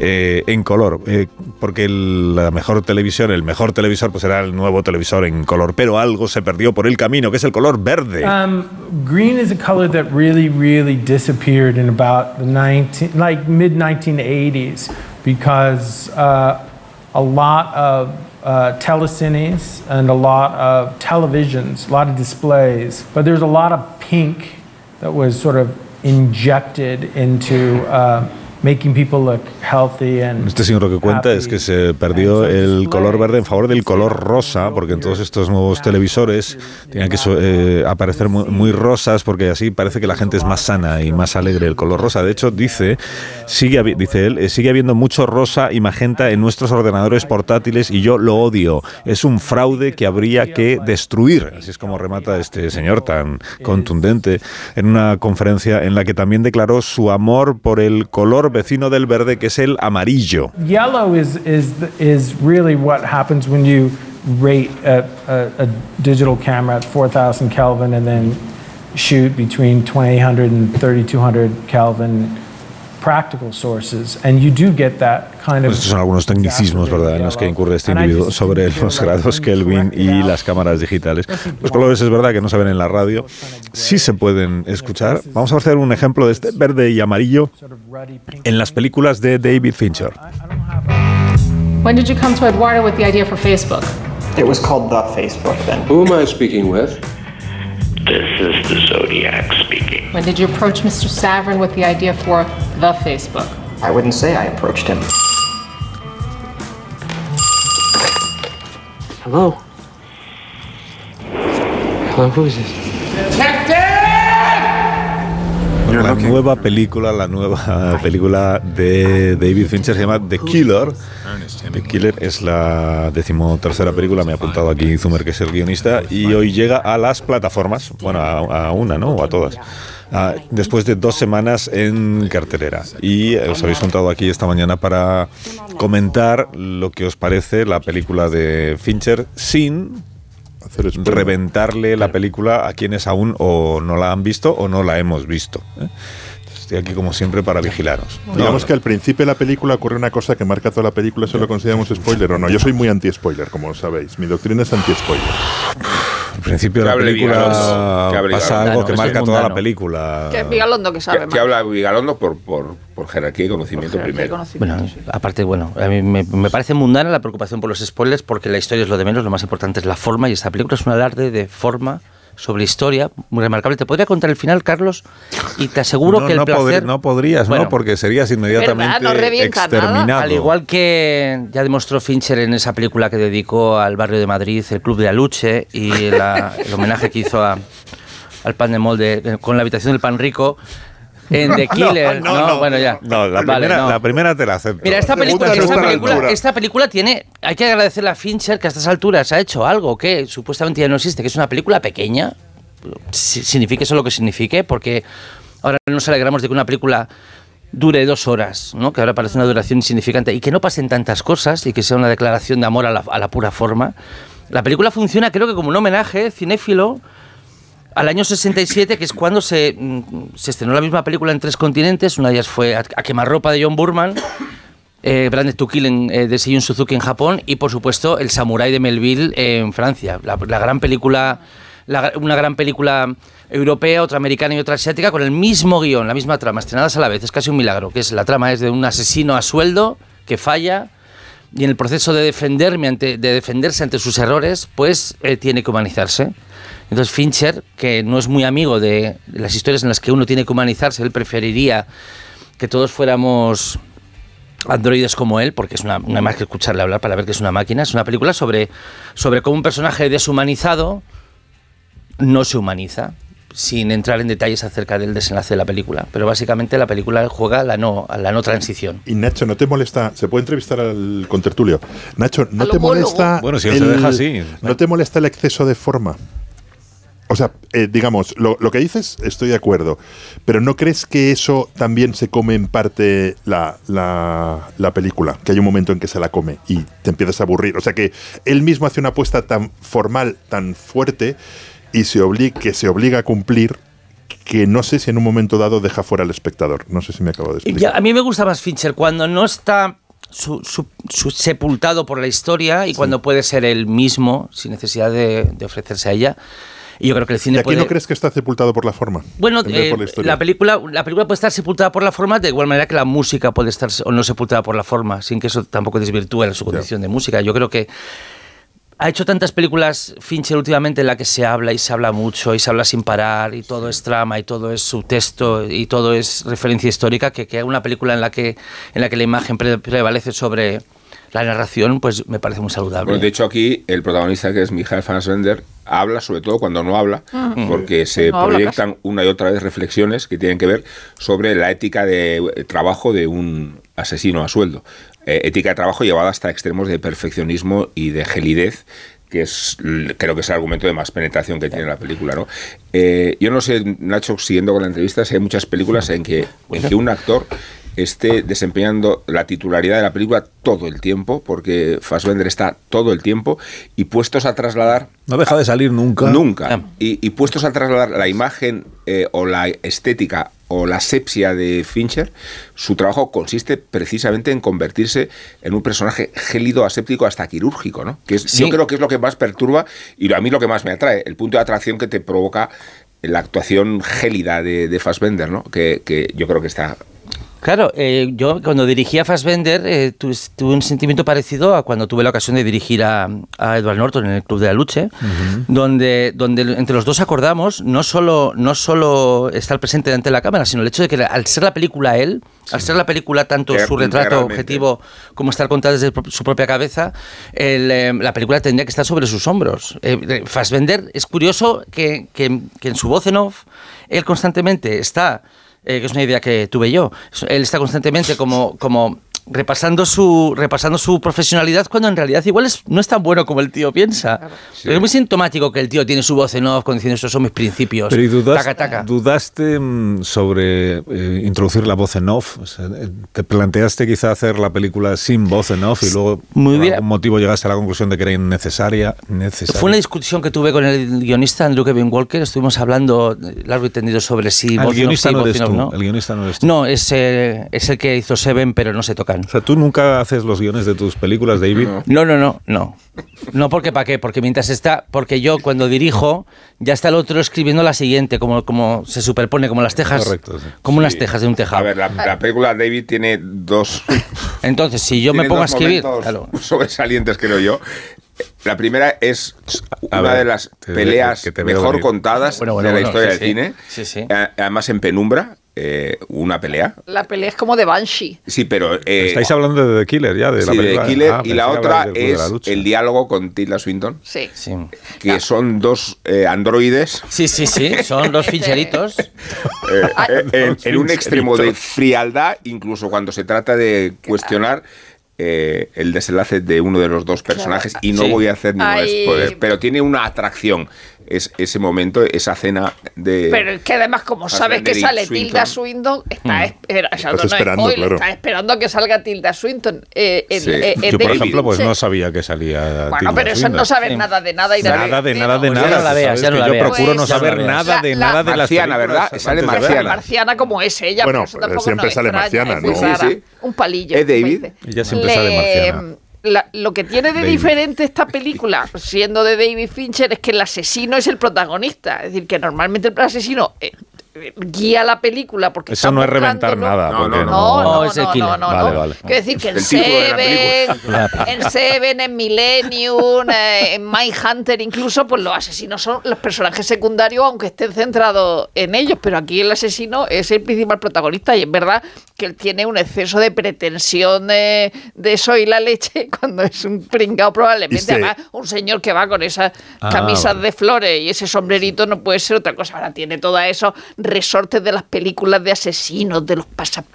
[SPEAKER 1] Eh, en color. eh, porque el- la mejor televisión, el mejor televisor, pues era el nuevo televisor en color. Pero algo se perdió por el camino, que es el color verde.
[SPEAKER 6] Um, green is a color that really, really disappeared in about the 19, like mid 1980s, because uh, a lot of uh, telecines and a lot of televisions, a lot of displays, but there's a lot of pink that was sort of injected into uh, making people look healthy and
[SPEAKER 1] Este señor lo que cuenta
[SPEAKER 6] happy.
[SPEAKER 1] es que se perdió el color verde en favor del color rosa, porque en todos estos nuevos televisores tenían que so- eh, aparecer muy, muy rosas, porque así parece que la gente es más sana y más alegre el color rosa. De hecho, dice, sigue, habi- dice él, eh, sigue habiendo mucho rosa y magenta en nuestros ordenadores portátiles y yo lo odio. Es un fraude que habría que destruir. Así es como remata este señor tan contundente en una conferencia en la que también declaró su amor por el color vecino del verde, que es el amarillo.
[SPEAKER 6] yellow is is the- is really what happens when you rate a, a, a digital camera at 4000 kelvin and then shoot between 2800 and 3200 kelvin practical sources and you do get that kind of
[SPEAKER 1] Pues estos son algunos tecnicismos, ¿verdad?, en los que incurre este individuo sobre los grados Kelvin y las cámaras digitales. Los colores es verdad que no se ven en la radio, sí se pueden escuchar. Vamos a hacer un ejemplo de este verde y amarillo en las películas de David Fincher.
[SPEAKER 2] When did you come to Eduardo with the idea for Facebook?
[SPEAKER 9] It was called the Facebook then.
[SPEAKER 10] Who am I speaking with?
[SPEAKER 9] This is the Zodiac speaking.
[SPEAKER 2] When did you approach Mr. Saverin with the idea for the Facebook?
[SPEAKER 9] I wouldn't say I approached him.
[SPEAKER 10] Hello. Hello, who is this?
[SPEAKER 1] Bueno, la nueva película, la nueva película de David Fincher se llama The Killer. The Killer es la decimotercera película, me ha apuntado aquí Zumer, que es el guionista, y hoy llega a las plataformas, bueno, a, a una, ¿no? O a todas. Ah, después de dos semanas en cartelera. Y os habéis juntado aquí esta mañana para comentar lo que os parece la película de Fincher sin reventarle la película a quienes aún o no la han visto o no la hemos visto. ¿eh? Estoy aquí como siempre para vigilaros.
[SPEAKER 3] Digamos que al principio de la película ocurre una cosa que marca toda la película, eso lo consideramos spoiler o no. Yo soy muy anti-spoiler, como sabéis. Mi doctrina es anti-spoiler.
[SPEAKER 1] Al principio de la
[SPEAKER 3] Cable
[SPEAKER 1] película
[SPEAKER 3] Vigaros. Cable
[SPEAKER 1] pasa
[SPEAKER 3] Vigaros.
[SPEAKER 1] algo que
[SPEAKER 3] Mundano,
[SPEAKER 1] marca
[SPEAKER 3] es
[SPEAKER 1] toda la
[SPEAKER 3] mundano.
[SPEAKER 1] película.
[SPEAKER 11] Que es Vigalondo que sabe
[SPEAKER 5] Que,
[SPEAKER 11] más.
[SPEAKER 5] que habla Vigalondo por, por, por jerarquía y conocimiento
[SPEAKER 11] jerarquía y
[SPEAKER 5] primero.
[SPEAKER 4] Bueno, aparte, bueno, a mí me, me parece mundana la preocupación por los spoilers porque la historia es lo de menos, lo más importante es la forma y esta película es un alarde de forma sobre historia muy remarcable. Te podría contar el final, Carlos, y te aseguro
[SPEAKER 1] No,
[SPEAKER 4] que el
[SPEAKER 1] no podri-
[SPEAKER 4] placer...
[SPEAKER 1] no podrías, ¿no? Porque serías inmediatamente exterminado.
[SPEAKER 4] Al igual que ya demostró Fincher en esa película que dedicó al barrio de Madrid, el Club de Aluche, y la- el homenaje que hizo a- al pan de molde eh, con la habitación del pan rico en The
[SPEAKER 1] No,
[SPEAKER 4] Killer.
[SPEAKER 1] no,
[SPEAKER 4] No,
[SPEAKER 1] no.
[SPEAKER 4] bueno, ya.
[SPEAKER 1] No, la,
[SPEAKER 4] Vale,
[SPEAKER 1] primera,
[SPEAKER 4] no.
[SPEAKER 1] la primera te la acepto.
[SPEAKER 4] Mira, esta
[SPEAKER 1] Segunda,
[SPEAKER 4] película, esta,
[SPEAKER 1] segunda
[SPEAKER 4] película,
[SPEAKER 1] aventura.
[SPEAKER 4] esta película tiene. Hay que agradecerle a Fincher que a estas alturas ha hecho algo que supuestamente ya no existe, que es una película pequeña. Si- Signifique eso lo que signifique, porque ahora nos alegramos de que una película dure dos horas, ¿no? que ahora parece una duración insignificante, y que no pasen tantas cosas y que sea una declaración de amor a la, a la pura forma. La película funciona, creo que como un homenaje cinéfilo al año 67, que es cuando se, mm, se estrenó la misma película en tres continentes. Una de ellas fue A, a quemarropa de John Burman, eh, Branded to Kill en, eh, de Seiyun Suzuki en Japón y, por supuesto, El Samurái de Melville eh, en Francia. La, la gran película, la- una gran película europea, otra americana y otra asiática con el mismo guión, la misma trama, estrenadas a la vez. Es casi un milagro, que es la trama es de un asesino a sueldo que falla y en el proceso de defenderme ante, de defenderse ante sus errores, pues eh, tiene que humanizarse. Entonces Fincher, que no es muy amigo de las historias en las que uno tiene que humanizarse, él preferiría que todos fuéramos androides como él, porque es una, no hay más que escucharle hablar para ver que es una máquina. Es una película sobre, sobre cómo un personaje deshumanizado no se humaniza, sin entrar en detalles acerca del desenlace de la película. Pero básicamente la película juega a la no, a la no transición.
[SPEAKER 3] Y Nacho, ¿no te molesta? ¿Se puede entrevistar al contertulio? Nacho, ¿no
[SPEAKER 4] Al
[SPEAKER 3] te
[SPEAKER 4] homólogo.
[SPEAKER 3] molesta.
[SPEAKER 4] Bueno, si él se deja así.
[SPEAKER 3] ¿No te molesta el exceso de forma? O sea, eh, digamos, lo, lo que dices estoy de acuerdo, pero ¿no crees que eso también se come en parte la, la, la película? Que hay un momento en que se la come y te empiezas a aburrir. O sea, que él mismo hace una apuesta tan formal, tan fuerte, y se obli- que se obliga a cumplir, que no sé si en un momento dado deja fuera al espectador. No sé si me acabo de explicar.
[SPEAKER 4] Ya, a mí me gusta más Fincher cuando no está su- su- su- sepultado por la historia y cuando puede ser él mismo sin necesidad de, de ofrecerse a ella. Y yo creo que el
[SPEAKER 3] ¿Y
[SPEAKER 4] cine
[SPEAKER 3] aquí
[SPEAKER 4] puede...
[SPEAKER 3] no crees que está sepultado por la forma?
[SPEAKER 4] Bueno,
[SPEAKER 3] en vez de
[SPEAKER 4] eh,
[SPEAKER 3] por la
[SPEAKER 4] la,
[SPEAKER 3] historia?
[SPEAKER 4] película, la película puede estar sepultada por la forma de igual manera que la música puede estar se- o no sepultada por la forma, sin que eso tampoco desvirtúe su condición de música. Yo creo que ha hecho tantas películas Fincher últimamente en la que se habla y se habla mucho y se habla sin parar y todo es trama y todo es subtexto y todo es referencia histórica que, que una película en la que en la que la imagen pre- prevalece sobre la narración pues me parece muy saludable.
[SPEAKER 5] Bueno, de hecho aquí el protagonista que es Michael Fassbender habla sobre todo cuando no habla
[SPEAKER 4] Mm.
[SPEAKER 5] porque se
[SPEAKER 4] No habla
[SPEAKER 5] proyectan una y otra vez reflexiones que tienen que ver sobre la ética de eh, trabajo de un asesino a sueldo. Eh, ética de trabajo llevada hasta extremos de perfeccionismo y de gelidez que es l- creo que es el argumento de más penetración que tiene la película, ¿no? Eh, yo no sé, Nacho, siguiendo con la entrevista, si hay muchas películas en que, en que un actor esté desempeñando la titularidad de la película todo el tiempo, porque Fassbender está todo el tiempo, y puestos a trasladar
[SPEAKER 1] No deja de salir nunca.
[SPEAKER 5] Nunca. Y, y puestos a trasladar la imagen eh, o la estética o la sepsia de Fincher, su trabajo consiste precisamente en convertirse en un personaje gélido, aséptico, hasta quirúrgico, ¿no? Que es-
[SPEAKER 4] Sí.
[SPEAKER 5] yo creo que es lo que más perturba y lo- a mí lo que más me atrae, el punto de atracción que te provoca la actuación gélida de, de Fassbender, ¿no? Que, que yo creo que está...
[SPEAKER 4] Claro, eh, yo cuando dirigía Fassbender eh, tu- tuve un sentimiento parecido a cuando tuve la ocasión de dirigir a, a Edward Norton en el Club de la Luche, donde, donde entre los dos acordamos no solo, no solo estar presente delante de la cámara, sino el hecho de que al ser la película él, al ser la película tanto
[SPEAKER 5] Que
[SPEAKER 4] su retrato
[SPEAKER 5] integralmente.
[SPEAKER 4] objetivo como estar contada desde pro- su propia cabeza, el, eh, la película tendría que estar sobre sus hombros. Eh, Fassbender es curioso que, que- que en su voz en off él constantemente está eh, que es una idea que tuve yo. Él está constantemente como, como repasando, su, repasando su profesionalidad cuando en realidad igual es- no es tan bueno como el tío piensa. Pero es muy sintomático que el tío tiene su voz en off cuando diciendo estos son mis principios.
[SPEAKER 1] Pero ¿y dudas-
[SPEAKER 4] Taca, taca.
[SPEAKER 1] dudaste mm, sobre eh, introducir la voz en off? O sea, eh, ¿Te planteaste quizá hacer la película sin voz en off y luego por algún motivo llegaste a la conclusión de que era innecesaria? necesaria?
[SPEAKER 4] Fue una discusión que tuve con el guionista Andrew Kevin Walker. Estuvimos hablando largo y tendido sobre si
[SPEAKER 1] Ah, el
[SPEAKER 4] voz en off
[SPEAKER 1] guionista
[SPEAKER 4] sí,
[SPEAKER 1] no
[SPEAKER 4] voz
[SPEAKER 1] eres
[SPEAKER 4] en off
[SPEAKER 1] tú,
[SPEAKER 4] no.
[SPEAKER 1] el guionista no eres tú.
[SPEAKER 4] No, es, eh, es el que hizo Seven, pero no se tocan.
[SPEAKER 1] O sea, ¿tú nunca haces los guiones de tus películas, David?
[SPEAKER 4] No, no, no, no. No, porque para qué, porque mientras está, porque yo cuando dirijo, ya está el otro escribiendo la siguiente, como, como se superpone, como las tejas,
[SPEAKER 5] Correcto, sí.
[SPEAKER 4] como unas
[SPEAKER 5] Sí.
[SPEAKER 4] tejas de un tejado.
[SPEAKER 5] A ver, la, la película David tiene dos...
[SPEAKER 4] Entonces, si yo me
[SPEAKER 5] Tiene
[SPEAKER 4] pongo a
[SPEAKER 5] dos
[SPEAKER 4] escribir,
[SPEAKER 5] momentos
[SPEAKER 4] claro.
[SPEAKER 5] sobresalientes, creo yo. La primera es
[SPEAKER 4] A
[SPEAKER 5] una
[SPEAKER 4] ver,
[SPEAKER 5] de las
[SPEAKER 4] te-
[SPEAKER 5] peleas
[SPEAKER 4] que te veo
[SPEAKER 5] mejor
[SPEAKER 4] venir.
[SPEAKER 5] contadas
[SPEAKER 4] Bueno, bueno,
[SPEAKER 5] de la
[SPEAKER 4] bueno,
[SPEAKER 5] historia
[SPEAKER 4] sí,
[SPEAKER 5] del cine.
[SPEAKER 4] sí. Sí, sí.
[SPEAKER 5] A- Además, en penumbra, eh, una pelea.
[SPEAKER 2] La pelea es como de Banshee.
[SPEAKER 5] Sí, pero. eh,
[SPEAKER 1] Estáis hablando de The Killer ya, de la
[SPEAKER 5] sí, de
[SPEAKER 1] película.
[SPEAKER 5] Killer.
[SPEAKER 1] Ah,
[SPEAKER 5] y
[SPEAKER 1] pensé
[SPEAKER 5] la
[SPEAKER 1] que
[SPEAKER 5] otra
[SPEAKER 1] hablabais del Club de
[SPEAKER 5] es
[SPEAKER 1] la Lucha.
[SPEAKER 5] el diálogo con Tilda Swinton,
[SPEAKER 2] Sí.
[SPEAKER 5] que
[SPEAKER 4] Ah.
[SPEAKER 5] son dos eh, androides.
[SPEAKER 4] Sí, sí, sí, son dos fincheritos.
[SPEAKER 5] Eh, eh, en,
[SPEAKER 4] Los
[SPEAKER 5] en un
[SPEAKER 4] pincheritos.
[SPEAKER 5] extremo de frialdad, incluso cuando se trata de cuestionar eh, el desenlace de uno de los dos personajes, y no
[SPEAKER 4] Sí.
[SPEAKER 5] voy a hacer ningún
[SPEAKER 2] Ay.
[SPEAKER 5] spoiler, pero tiene una atracción es- ese momento, esa cena de...
[SPEAKER 2] Pero es que además, como sabes que
[SPEAKER 5] Fassbender y
[SPEAKER 2] sale
[SPEAKER 5] Swinton.
[SPEAKER 2] Tilda Swinton, está
[SPEAKER 5] Mm.
[SPEAKER 2] espera- o sea,
[SPEAKER 1] Estás
[SPEAKER 2] no, no es
[SPEAKER 1] esperando,
[SPEAKER 2] spoiler,
[SPEAKER 1] claro.
[SPEAKER 2] estás esperando a que salga Tilda Swinton. eh, en-
[SPEAKER 1] Sí.
[SPEAKER 2] eh, en
[SPEAKER 1] Yo, por
[SPEAKER 2] David.
[SPEAKER 1] ejemplo, pues
[SPEAKER 2] Sí.
[SPEAKER 1] no sabía que salía.
[SPEAKER 2] Bueno,
[SPEAKER 1] Tilda
[SPEAKER 2] pero eso
[SPEAKER 1] Swinton.
[SPEAKER 2] no sabes nada de nada y de
[SPEAKER 1] Nada de nada de
[SPEAKER 4] Pues ya
[SPEAKER 1] nada.
[SPEAKER 4] no la veas,
[SPEAKER 1] ¿sabes?
[SPEAKER 4] ya no
[SPEAKER 1] Que
[SPEAKER 4] la
[SPEAKER 1] yo
[SPEAKER 4] veas.
[SPEAKER 1] procuro no
[SPEAKER 4] Pues ya no
[SPEAKER 1] saber
[SPEAKER 4] la veas.
[SPEAKER 1] nada de
[SPEAKER 2] La-
[SPEAKER 1] nada de las
[SPEAKER 5] Marciana,
[SPEAKER 1] películas
[SPEAKER 5] ¿verdad?
[SPEAKER 1] antes
[SPEAKER 5] Sale
[SPEAKER 1] de
[SPEAKER 5] Marciana.
[SPEAKER 1] verlas.
[SPEAKER 2] Marciana como es ella.
[SPEAKER 1] Bueno,
[SPEAKER 2] pero eso tampoco
[SPEAKER 1] siempre
[SPEAKER 2] nos
[SPEAKER 1] sale
[SPEAKER 2] extraña,
[SPEAKER 1] Marciana,
[SPEAKER 2] es muy
[SPEAKER 1] ¿no?
[SPEAKER 2] rara.
[SPEAKER 1] Sí, sí.
[SPEAKER 2] Un palillo.
[SPEAKER 5] ¿Eh, David?
[SPEAKER 2] parece.
[SPEAKER 1] Ella siempre sale Marciana.
[SPEAKER 2] la- lo que tiene de
[SPEAKER 1] David.
[SPEAKER 2] diferente esta película, siendo de David Fincher, es que el asesino es el protagonista. Es decir, que normalmente el asesino eh, eh, guía la película porque
[SPEAKER 1] Eso
[SPEAKER 2] está
[SPEAKER 1] no es
[SPEAKER 2] buscando-
[SPEAKER 1] reventar nada.
[SPEAKER 2] No,
[SPEAKER 1] porque
[SPEAKER 2] no, no, no,
[SPEAKER 1] es el
[SPEAKER 2] no,
[SPEAKER 1] killer.
[SPEAKER 2] no, no,
[SPEAKER 1] Vale,
[SPEAKER 2] no.
[SPEAKER 1] vale.
[SPEAKER 2] Quiero decir que en
[SPEAKER 1] El título de la
[SPEAKER 2] Seven,
[SPEAKER 1] película.
[SPEAKER 2] en Seven, en Millennium, eh, en Mindhunter incluso, pues los asesinos son los personajes secundarios, aunque estén centrados en ellos. Pero aquí el asesino es el principal protagonista y es verdad que él tiene un exceso de pretensión de, de soy la leche cuando es un pringao probablemente.
[SPEAKER 12] Y se-
[SPEAKER 2] Además, un señor que va con esas
[SPEAKER 12] Ah,
[SPEAKER 2] camisas
[SPEAKER 12] vale.
[SPEAKER 2] de flores y ese sombrerito no puede ser otra cosa. Ahora tiene todo eso resortes de las películas de asesinos, de los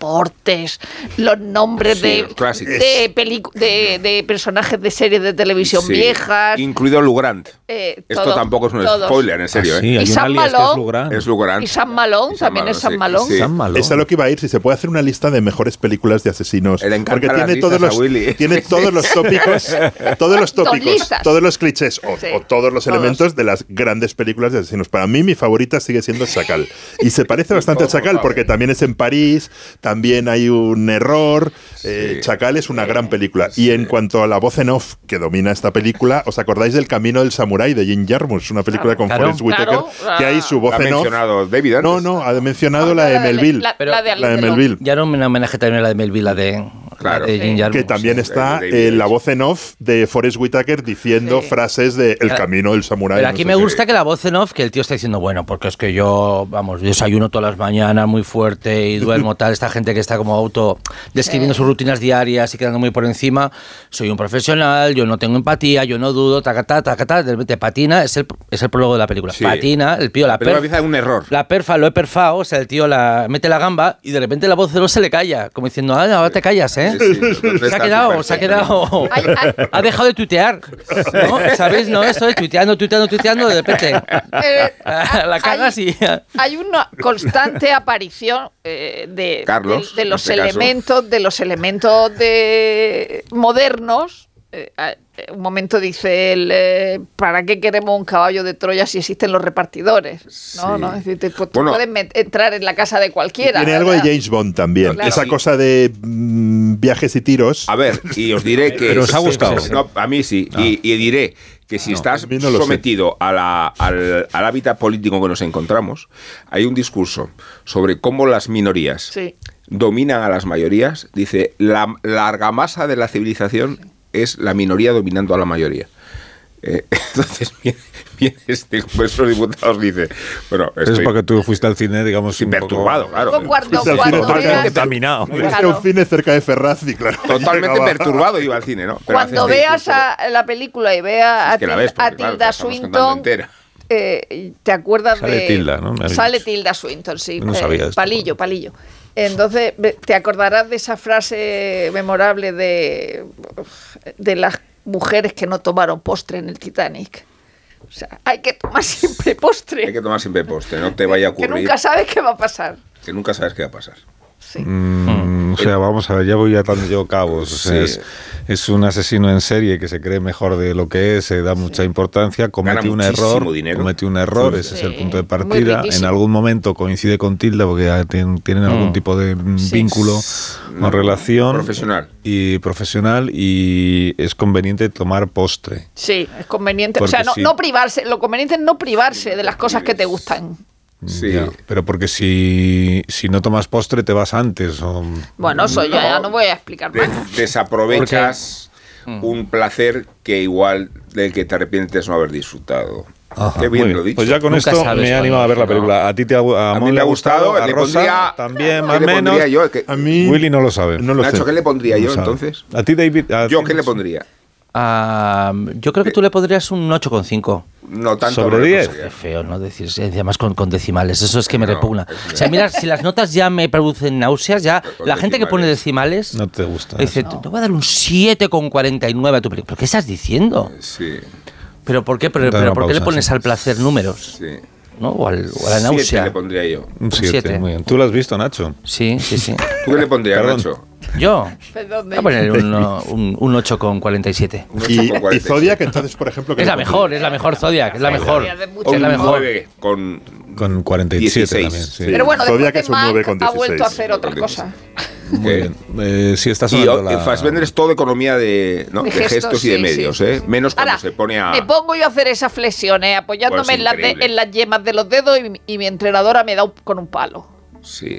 [SPEAKER 2] pasaportes, los nombres
[SPEAKER 5] Sí,
[SPEAKER 2] de,
[SPEAKER 5] los clásicos.
[SPEAKER 2] de, pelicu- de- de personajes de series de televisión
[SPEAKER 5] Sí,
[SPEAKER 2] viejas.
[SPEAKER 5] Incluido Lugrand.
[SPEAKER 2] eh,
[SPEAKER 5] Esto
[SPEAKER 2] todo,
[SPEAKER 5] tampoco es un
[SPEAKER 2] todos.
[SPEAKER 5] spoiler, en serio.
[SPEAKER 1] Ah, sí,
[SPEAKER 5] ¿eh?
[SPEAKER 1] hay
[SPEAKER 2] Y un Sam alias que es Malone.
[SPEAKER 1] Lugrand.
[SPEAKER 5] Es Lugrand.
[SPEAKER 2] Y Sam Malone, también es San Malone.
[SPEAKER 3] Esa es lo que iba a ir. Si se puede hacer una lista de mejores películas de asesinos.
[SPEAKER 5] Le encantan
[SPEAKER 3] Porque
[SPEAKER 5] las
[SPEAKER 3] tiene
[SPEAKER 5] listas
[SPEAKER 3] todos,
[SPEAKER 5] a
[SPEAKER 3] los,
[SPEAKER 5] Willy.
[SPEAKER 3] tiene todos los tópicos, todos los
[SPEAKER 2] Dos
[SPEAKER 3] tópicos,
[SPEAKER 2] listas.
[SPEAKER 3] todos los clichés o,
[SPEAKER 2] Sí.
[SPEAKER 3] o todos los
[SPEAKER 2] Todos.
[SPEAKER 3] elementos de las grandes películas de asesinos. Para mí, mi favorita sigue siendo Chacal. Y se parece bastante a Chacal
[SPEAKER 5] eh.
[SPEAKER 3] porque también es en París, también hay un error. Eh, Chacal es una gran película. Y en cuanto a la voz en off que domina esta película, ¿os acordáis del Camino del Samurái de Jim Jarmusch? Una película con
[SPEAKER 5] Claro.
[SPEAKER 3] Forrest Whitaker
[SPEAKER 5] Claro.
[SPEAKER 3] que hay su voz
[SPEAKER 5] Ha
[SPEAKER 3] en off.
[SPEAKER 5] mencionado David antes.
[SPEAKER 3] No, no, ha mencionado la de Melville.
[SPEAKER 2] Ah, la- la de Alice Delon.
[SPEAKER 3] Melville.
[SPEAKER 4] Ya era un homenaje también a la de Melville, la de, la de Jim Jarmusch.
[SPEAKER 3] Que también está eh, la voz en off de Forrest Whitaker diciendo frases de El camino del samurái.
[SPEAKER 4] Pero
[SPEAKER 3] no
[SPEAKER 4] aquí
[SPEAKER 3] sé
[SPEAKER 4] me
[SPEAKER 3] qué.
[SPEAKER 4] gusta que la voz en off, que el tío está diciendo, bueno, porque es que yo, vamos, desayuno todas las mañanas muy fuerte y duermo tal, esta gente que está como auto describiendo sus rutinas diarias y quedando muy por encima, soy un profesional, yo no tengo empatía, yo no dudo, tacatá, tacatá, de repente patina, es el, es el prólogo de la película,
[SPEAKER 5] Sí.
[SPEAKER 4] patina, el pío, la
[SPEAKER 5] Pero
[SPEAKER 4] perf,
[SPEAKER 5] empieza un error.
[SPEAKER 4] la perfa, lo he perfado, o sea, el tío la mete la gamba y de repente la voz en off se le calla, como diciendo, ah, ahora te callas, ¿eh?
[SPEAKER 5] Sí, sí,
[SPEAKER 4] Se ha quedado, se ha quedado.
[SPEAKER 2] Ay, ay.
[SPEAKER 4] Ha dejado de tuitear. ¿no? ¿Sabéis? No, eso de tuiteando, tuiteando, tuiteando, de repente.
[SPEAKER 2] Eh,
[SPEAKER 4] La cagas y.
[SPEAKER 2] hay una constante aparición eh, de,
[SPEAKER 4] Carlos,
[SPEAKER 2] de, de
[SPEAKER 4] en
[SPEAKER 2] los
[SPEAKER 4] este caso.
[SPEAKER 2] elementos de los elementos de modernos Eh, a- eh, un momento dice él eh, para qué queremos un caballo de Troya si existen los repartidores no
[SPEAKER 3] Sí.
[SPEAKER 2] no es decir, te- pues,
[SPEAKER 3] Bueno.
[SPEAKER 2] pueden met- entrar en la casa de
[SPEAKER 3] Y
[SPEAKER 2] cualquiera
[SPEAKER 3] tiene algo de
[SPEAKER 2] ¿verdad?
[SPEAKER 3] James Bond también.
[SPEAKER 2] Claro.
[SPEAKER 3] Esa
[SPEAKER 2] Sí.
[SPEAKER 3] cosa de mm, viajes y tiros.
[SPEAKER 5] A ver, y os diré que.
[SPEAKER 3] Pero os ha gustado. Ah.
[SPEAKER 5] No, a mí sí. Y, y diré que si estás
[SPEAKER 3] no lo sé.
[SPEAKER 5] sometido a la- al, al hábitat político que nos encontramos, hay un discurso sobre cómo las minorías
[SPEAKER 2] Sí.
[SPEAKER 5] dominan a las mayorías. Dice: la, la argamasa de la civilización es la minoría dominando a la mayoría. Eh, entonces viene, viene este Congreso de Diputados y dice: Bueno,
[SPEAKER 1] Es
[SPEAKER 5] estoy-
[SPEAKER 1] porque tú fuiste al cine, digamos, un
[SPEAKER 5] perturbado, claro.
[SPEAKER 2] Con cuarto-
[SPEAKER 3] Este
[SPEAKER 1] Fuiste al cine
[SPEAKER 2] cuarto de
[SPEAKER 1] totalmente
[SPEAKER 2] gas.
[SPEAKER 1] contaminado.
[SPEAKER 3] Fuiste a un cine cerca de Ferraz y claro.
[SPEAKER 5] totalmente
[SPEAKER 3] llegaba-
[SPEAKER 5] perturbado iba al cine, ¿no? Pero
[SPEAKER 2] cuando
[SPEAKER 5] hace-
[SPEAKER 2] veas a la película y veas a,
[SPEAKER 5] que la
[SPEAKER 2] Tilda-
[SPEAKER 5] ves, porque,
[SPEAKER 2] a
[SPEAKER 5] claro,
[SPEAKER 2] Tilda
[SPEAKER 5] la estamos cantando
[SPEAKER 2] Swinton
[SPEAKER 5] entera.
[SPEAKER 2] eh, te acuerdas
[SPEAKER 1] Sale
[SPEAKER 2] de
[SPEAKER 1] Tilda, ¿no? Me habéis
[SPEAKER 2] sale Tilda Swinton sí
[SPEAKER 1] No
[SPEAKER 2] eh,
[SPEAKER 1] sabía esto.
[SPEAKER 2] palillo palillo entonces ve- te acordarás de esa frase memorable de de las mujeres que no tomaron postre en el Titanic o sea hay que tomar siempre postre
[SPEAKER 5] Hay que tomar siempre postre, no te vaya a
[SPEAKER 2] que
[SPEAKER 5] ocurrir.
[SPEAKER 2] nunca sabes qué va a pasar
[SPEAKER 5] que nunca sabes qué va a pasar.
[SPEAKER 1] Mm, o sea, vamos a ver, ya voy atando yo cabos. O sea,
[SPEAKER 5] Sí.
[SPEAKER 1] es, es un asesino en serie que se cree mejor de lo que es, se da mucha importancia, comete
[SPEAKER 5] Gana
[SPEAKER 1] un
[SPEAKER 5] muchísimo
[SPEAKER 1] error,
[SPEAKER 5] dinero.
[SPEAKER 1] comete un error,
[SPEAKER 5] Sí.
[SPEAKER 1] ese es el
[SPEAKER 5] Sí,
[SPEAKER 1] punto de
[SPEAKER 5] muy
[SPEAKER 1] partida. En
[SPEAKER 5] riquísimo.
[SPEAKER 1] algún momento coincide con Tilda porque ah, tien- tienen algún
[SPEAKER 5] Mm.
[SPEAKER 1] tipo de mm,
[SPEAKER 5] Sí.
[SPEAKER 1] vínculo o relación
[SPEAKER 5] Profesional.
[SPEAKER 1] y profesional y es conveniente tomar postre.
[SPEAKER 2] sí es conveniente
[SPEAKER 1] Porque
[SPEAKER 2] o sea no,
[SPEAKER 1] sí.
[SPEAKER 2] no privarse lo conveniente es no privarse de las cosas que te gustan
[SPEAKER 1] Ya, pero porque si, si no tomas postre te vas antes. o-
[SPEAKER 2] bueno eso
[SPEAKER 5] No.
[SPEAKER 2] ya, ya no voy a explicar más
[SPEAKER 5] Des- desaprovechas
[SPEAKER 1] Mm.
[SPEAKER 5] un placer que igual del que te arrepientes no haber disfrutado.
[SPEAKER 1] Ajá,
[SPEAKER 5] Qué
[SPEAKER 1] muy
[SPEAKER 5] bien
[SPEAKER 1] bien.
[SPEAKER 5] lo dicho.
[SPEAKER 1] Pues ya con esto me he animado a ver la película. A ti te ha, a
[SPEAKER 5] A
[SPEAKER 1] Mon
[SPEAKER 5] mí me
[SPEAKER 1] le
[SPEAKER 5] ha gustado,
[SPEAKER 1] a
[SPEAKER 5] le
[SPEAKER 1] Rosa
[SPEAKER 5] pondría-
[SPEAKER 1] también
[SPEAKER 5] ¿qué
[SPEAKER 1] más o
[SPEAKER 5] le
[SPEAKER 1] menos.
[SPEAKER 5] pondría yo? Que-
[SPEAKER 1] a mí Willy no lo sabe. No
[SPEAKER 5] lo Nacho, sé. ¿qué le pondría yo,
[SPEAKER 1] sabe.
[SPEAKER 5] entonces?
[SPEAKER 1] A ti David, a
[SPEAKER 5] ¿Yo
[SPEAKER 1] ti
[SPEAKER 5] qué
[SPEAKER 1] no
[SPEAKER 5] le
[SPEAKER 1] sé.
[SPEAKER 5] pondría?
[SPEAKER 4] Ah, yo creo que tú le podrías un 8,5.
[SPEAKER 5] No tanto.
[SPEAKER 4] ¿Sobre
[SPEAKER 5] no le
[SPEAKER 4] 10?
[SPEAKER 5] pondría.
[SPEAKER 4] Qué feo, ¿no? Decir, además con, con decimales. Eso es que me repugna. O sea, mira, si las notas ya me producen náuseas, ya
[SPEAKER 5] Pues con
[SPEAKER 4] la gente que pone decimales
[SPEAKER 1] No te gusta.
[SPEAKER 4] dice, te voy a dar un 7,49 a tu película. ¿Pero qué estás diciendo?
[SPEAKER 5] Sí.
[SPEAKER 4] ¿Pero por qué, pero,
[SPEAKER 1] Dale
[SPEAKER 4] pero
[SPEAKER 1] una
[SPEAKER 4] ¿por qué le
[SPEAKER 1] pausa,
[SPEAKER 4] pones al placer números?
[SPEAKER 5] Sí.
[SPEAKER 4] ¿No? O, al-
[SPEAKER 1] Pues
[SPEAKER 4] o a la
[SPEAKER 5] Siete
[SPEAKER 4] náusea.
[SPEAKER 5] le pondría yo.
[SPEAKER 1] Un siete,
[SPEAKER 4] siete.
[SPEAKER 1] muy bien. ¿Tú lo has visto, Nacho?
[SPEAKER 4] Sí, sí, sí.
[SPEAKER 5] ¿Tú qué le pondrías,
[SPEAKER 1] Perdón.
[SPEAKER 5] Nacho?
[SPEAKER 4] Yo.
[SPEAKER 2] Perdón,
[SPEAKER 4] Voy
[SPEAKER 5] Ah,
[SPEAKER 4] a poner un, uh, un, un 8,47.
[SPEAKER 3] Y, y Zodiac, entonces, por ejemplo. que
[SPEAKER 4] Es
[SPEAKER 3] le
[SPEAKER 4] la
[SPEAKER 3] pondría?
[SPEAKER 4] mejor, es la mejor Zodiac, es la mejor. Es
[SPEAKER 5] Un
[SPEAKER 4] la mejor.
[SPEAKER 5] nueve con
[SPEAKER 1] Con 47
[SPEAKER 5] 16.
[SPEAKER 1] también. sí.
[SPEAKER 2] Pero bueno,
[SPEAKER 3] Zodiac
[SPEAKER 2] después de
[SPEAKER 3] es un
[SPEAKER 2] Mank
[SPEAKER 3] 9 con
[SPEAKER 2] ha vuelto a
[SPEAKER 3] 16.
[SPEAKER 2] hacer otras cosas.
[SPEAKER 1] Muy bien. Eh, sí, está
[SPEAKER 5] Y
[SPEAKER 1] sonando la-
[SPEAKER 5] el Fassbender es todo economía de, ¿no?
[SPEAKER 2] De
[SPEAKER 5] de
[SPEAKER 2] gestos,
[SPEAKER 5] gestos, y de
[SPEAKER 2] sí,
[SPEAKER 5] medios,
[SPEAKER 2] sí,
[SPEAKER 5] ¿eh? Menos cuando
[SPEAKER 2] Ahora,
[SPEAKER 5] se pone a...
[SPEAKER 2] Me pongo yo a hacer esas flexiones apoyándome
[SPEAKER 5] Pues
[SPEAKER 2] en, las de-
[SPEAKER 5] increíble.
[SPEAKER 2] en las yemas de los dedos y, mi- y mi entrenadora me da un- con un palo.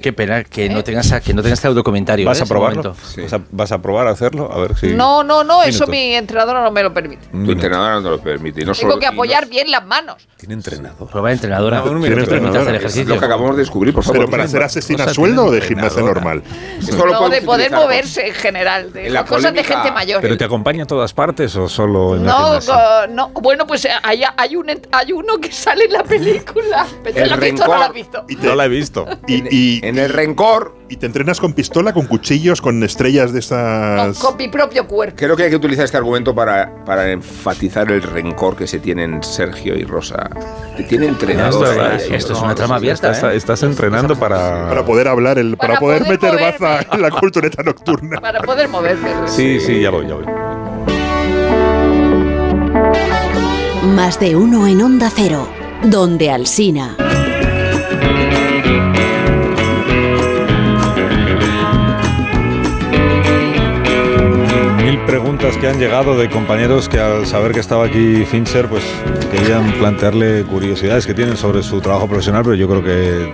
[SPEAKER 4] Qué pena que no tengas que no tengas este documentario.
[SPEAKER 1] ¿Vas a probarlo? ¿Vas, a, vas a probar a hacerlo? A ver si.
[SPEAKER 2] No, no, no, eso
[SPEAKER 1] Minuto.
[SPEAKER 2] mi entrenadora no me lo permite.
[SPEAKER 5] Tu entrenadora no te lo permite. y No
[SPEAKER 2] Tengo
[SPEAKER 5] solo-
[SPEAKER 2] que apoyar bien las manos.
[SPEAKER 1] Tiene entrenador.
[SPEAKER 4] Prueba de entrenadora.
[SPEAKER 5] No, no,
[SPEAKER 4] no
[SPEAKER 5] mira,
[SPEAKER 4] te permite
[SPEAKER 5] entrenadora.
[SPEAKER 4] hacer ejercicio.
[SPEAKER 5] Lo que acabamos de descubrir, por favor.
[SPEAKER 3] Pero para ser asesina a sueldo o de gimnasia normal.
[SPEAKER 5] Esto lo
[SPEAKER 2] no,
[SPEAKER 5] podemos
[SPEAKER 2] de poder
[SPEAKER 5] utilizar,
[SPEAKER 2] moverse en general, de
[SPEAKER 1] En la
[SPEAKER 2] cosas de
[SPEAKER 1] polémica-
[SPEAKER 2] gente mayor.
[SPEAKER 1] ¿Pero te acompaña a todas partes o solo en
[SPEAKER 2] No,
[SPEAKER 1] la gimnasia?
[SPEAKER 2] eh, no, bueno, pues eh, hay, hay, un, ent- hay uno que sale en la película. Pero ¿tú
[SPEAKER 5] El
[SPEAKER 2] ¿Lo has visto o no lo has
[SPEAKER 5] rencor.
[SPEAKER 2] visto?
[SPEAKER 1] No la he visto.
[SPEAKER 3] Y,
[SPEAKER 5] en el rencor.
[SPEAKER 3] Y te entrenas con pistola, con cuchillos, con estrellas
[SPEAKER 2] Con,
[SPEAKER 3] de estas.
[SPEAKER 2] con mi propio cuerpo.
[SPEAKER 5] Creo que hay que utilizar este argumento para, para enfatizar el rencor que se tienen Sergio y Rosa. Te tiene entrenador.
[SPEAKER 1] Esto es verdad,
[SPEAKER 5] ahí, ahí,
[SPEAKER 1] esto es
[SPEAKER 5] ¿no?
[SPEAKER 1] una trama abierta,
[SPEAKER 5] Estás-
[SPEAKER 1] ¿eh? Estás entrenando para.
[SPEAKER 3] Para poder hablar, el, para,
[SPEAKER 2] Para
[SPEAKER 3] poder,
[SPEAKER 2] poder
[SPEAKER 3] meter
[SPEAKER 2] moverme.
[SPEAKER 3] baza en la cultureta nocturna.
[SPEAKER 2] Para poder moverme.
[SPEAKER 1] Sí, sí, ya voy, ya voy.
[SPEAKER 7] Más de uno en Onda Cero, donde Alsina.
[SPEAKER 1] Mil preguntas que han llegado de compañeros que al saber que estaba aquí Fincher, pues querían plantearle curiosidades que tienen sobre su trabajo profesional, pero yo creo que,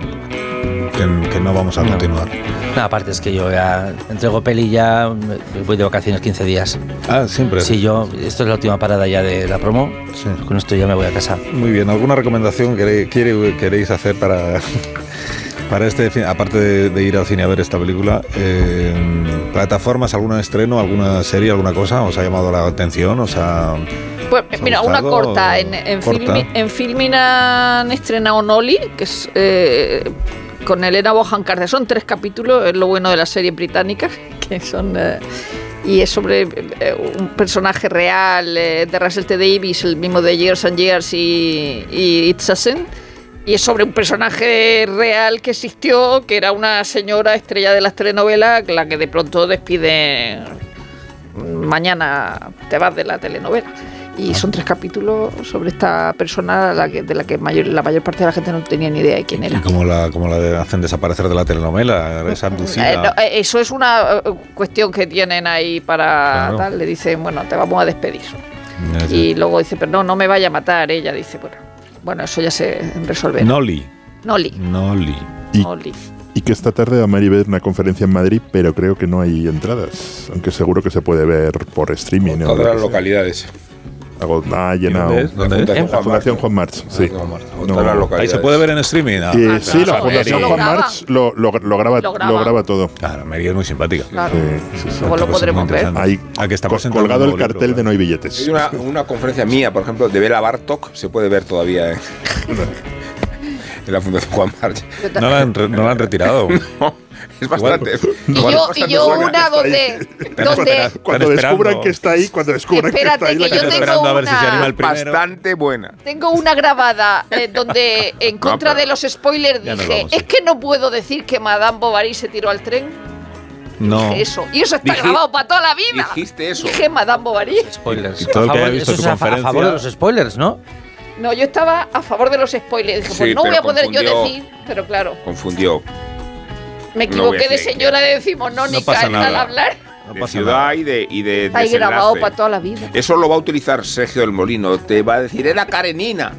[SPEAKER 1] que, que no vamos a continuar.
[SPEAKER 4] No, aparte es que yo ya entrego peli y ya me- me voy de vacaciones 15 días.
[SPEAKER 1] Ah, siempre.
[SPEAKER 4] Sí, yo, esto es la última parada ya de la promo. Con esto ya me voy a casa.
[SPEAKER 1] Muy bien, ¿alguna recomendación que quiere, queréis hacer para, para este fin? Aparte de, de ir al cine a ver esta película, eh, ¿plataformas, algún estreno, alguna serie, alguna cosa? ¿Os ha llamado la atención? ¿Os ha,
[SPEAKER 2] Pues
[SPEAKER 1] ¿Os ha
[SPEAKER 2] mira, una
[SPEAKER 1] gustado?
[SPEAKER 2] corta. En, en,
[SPEAKER 1] Corta.
[SPEAKER 2] Filmi- en Filmina han estrenado Noli, que es eh, con Elena Bohan Carter. Son tres capítulos, es lo bueno de las series británicas, que son. eh, y es sobre eh, un personaje real eh, de Russell T. Davis, el mismo de Years and Years y, y It's a Sin. Y es sobre un personaje real que existió, que era una señora estrella de las telenovelas, la que de pronto despide mañana te vas de la telenovela. Y son tres capítulos sobre esta persona a la que- de la que mayor- la mayor parte de la gente no tenía ni idea de quién
[SPEAKER 1] y
[SPEAKER 2] era.
[SPEAKER 1] como la, como la de hacen desaparecer de la telenovela? ¿Es abducida?
[SPEAKER 2] Eh, no, eh, eso es una eh, cuestión que tienen ahí para
[SPEAKER 1] Claro.
[SPEAKER 2] tal. Le dicen, bueno, te vamos a despedir.
[SPEAKER 1] Ya, ya.
[SPEAKER 2] Y luego dice, pero no, no me vaya a matar. Ella dice, bueno, bueno eso ya se resolverá.
[SPEAKER 1] Noli.
[SPEAKER 2] Noli.
[SPEAKER 1] Noli.
[SPEAKER 3] Y,
[SPEAKER 2] Noli.
[SPEAKER 3] y que esta tarde a Mary ver una conferencia en Madrid, pero creo que no hay entradas. Aunque seguro que se puede ver por streaming. o lo
[SPEAKER 5] Todas
[SPEAKER 3] que
[SPEAKER 5] las
[SPEAKER 3] sea.
[SPEAKER 5] localidades.
[SPEAKER 3] Agotaye,
[SPEAKER 1] ¿Y dónde
[SPEAKER 3] Nao.
[SPEAKER 1] es? Ah, ¿Dónde
[SPEAKER 3] la
[SPEAKER 1] es?
[SPEAKER 3] Fundación, la Fundación Juan March. Sí.
[SPEAKER 5] Todas las localidades.
[SPEAKER 1] Ahí se puede ver en streaming. ah.
[SPEAKER 3] Eh, sí, la
[SPEAKER 5] claro,
[SPEAKER 3] Fundación
[SPEAKER 5] Mary.
[SPEAKER 3] Juan
[SPEAKER 5] Lo
[SPEAKER 3] March lo, lo- lo graba,
[SPEAKER 2] Lo
[SPEAKER 3] lo,
[SPEAKER 2] graba.
[SPEAKER 3] graba. todo. Eh,
[SPEAKER 1] Claro, Mary es muy simpática.
[SPEAKER 2] Claro.
[SPEAKER 3] Sí, sí, sí.
[SPEAKER 2] Luego lo podremos ver.
[SPEAKER 3] Ahí
[SPEAKER 1] Ah, que está
[SPEAKER 3] co-
[SPEAKER 1] presentando ¿eh?
[SPEAKER 3] colgado
[SPEAKER 1] un
[SPEAKER 3] el
[SPEAKER 1] nuevo libro,
[SPEAKER 3] cartel de no hay billetes.
[SPEAKER 5] Hay una, una conferencia mía, por ejemplo, de Bela Bartok, se puede ver todavía en, en la Fundación Juan March.
[SPEAKER 1] No la han, re- no la han retirado.
[SPEAKER 5] Es bastante.
[SPEAKER 1] pues,
[SPEAKER 2] Y yo,
[SPEAKER 5] bueno,
[SPEAKER 2] y
[SPEAKER 5] bastante
[SPEAKER 2] yo
[SPEAKER 5] buena.
[SPEAKER 2] una donde, donde
[SPEAKER 3] Cuando
[SPEAKER 1] Están
[SPEAKER 3] descubran
[SPEAKER 1] esperando.
[SPEAKER 3] que está ahí, cuando descubran
[SPEAKER 2] Espérate,
[SPEAKER 3] que está ahí,
[SPEAKER 2] que yo
[SPEAKER 3] la
[SPEAKER 2] tengo
[SPEAKER 1] esperando a ver si se
[SPEAKER 2] una-
[SPEAKER 1] anima el primero.
[SPEAKER 5] Bastante buena.
[SPEAKER 2] Tengo una grabada eh, donde en contra
[SPEAKER 5] pero-
[SPEAKER 2] de los spoilers
[SPEAKER 1] Ya nos
[SPEAKER 2] dije,
[SPEAKER 1] vamos,
[SPEAKER 2] es que no puedo decir que Madame Bovary se tiró al tren.
[SPEAKER 1] No.
[SPEAKER 2] Dije eso. Y eso está
[SPEAKER 5] Dije-
[SPEAKER 2] grabado para toda la vida.
[SPEAKER 5] Dijiste eso.
[SPEAKER 2] Dije Madame Bovary.
[SPEAKER 4] Spoilers.
[SPEAKER 1] Y todo el
[SPEAKER 4] A
[SPEAKER 1] que haya
[SPEAKER 4] favor-
[SPEAKER 1] visto
[SPEAKER 4] eso
[SPEAKER 1] tu
[SPEAKER 4] es a, fa- a
[SPEAKER 1] conferencia-
[SPEAKER 4] favor de los spoilers, ¿no?
[SPEAKER 2] No, yo estaba a favor de los spoilers. Dije,
[SPEAKER 5] Sí,
[SPEAKER 2] pues no
[SPEAKER 5] pero
[SPEAKER 2] voy a poder yo
[SPEAKER 5] confundió.
[SPEAKER 2] decir, pero claro,
[SPEAKER 5] Confundió.
[SPEAKER 2] me
[SPEAKER 5] No voy a
[SPEAKER 2] equivoqué de
[SPEAKER 5] decir
[SPEAKER 2] señora de decimonónica
[SPEAKER 1] pasa
[SPEAKER 2] en
[SPEAKER 1] nada.
[SPEAKER 2] al hablar.
[SPEAKER 1] No
[SPEAKER 5] de
[SPEAKER 1] pasa
[SPEAKER 5] ciudad
[SPEAKER 1] nada.
[SPEAKER 5] y de, y de
[SPEAKER 2] Está ahí grabado
[SPEAKER 5] desenlace.
[SPEAKER 2] para toda la vida.
[SPEAKER 5] Eso lo va a utilizar Sergio del Molino. Te va a decir, era Karenina.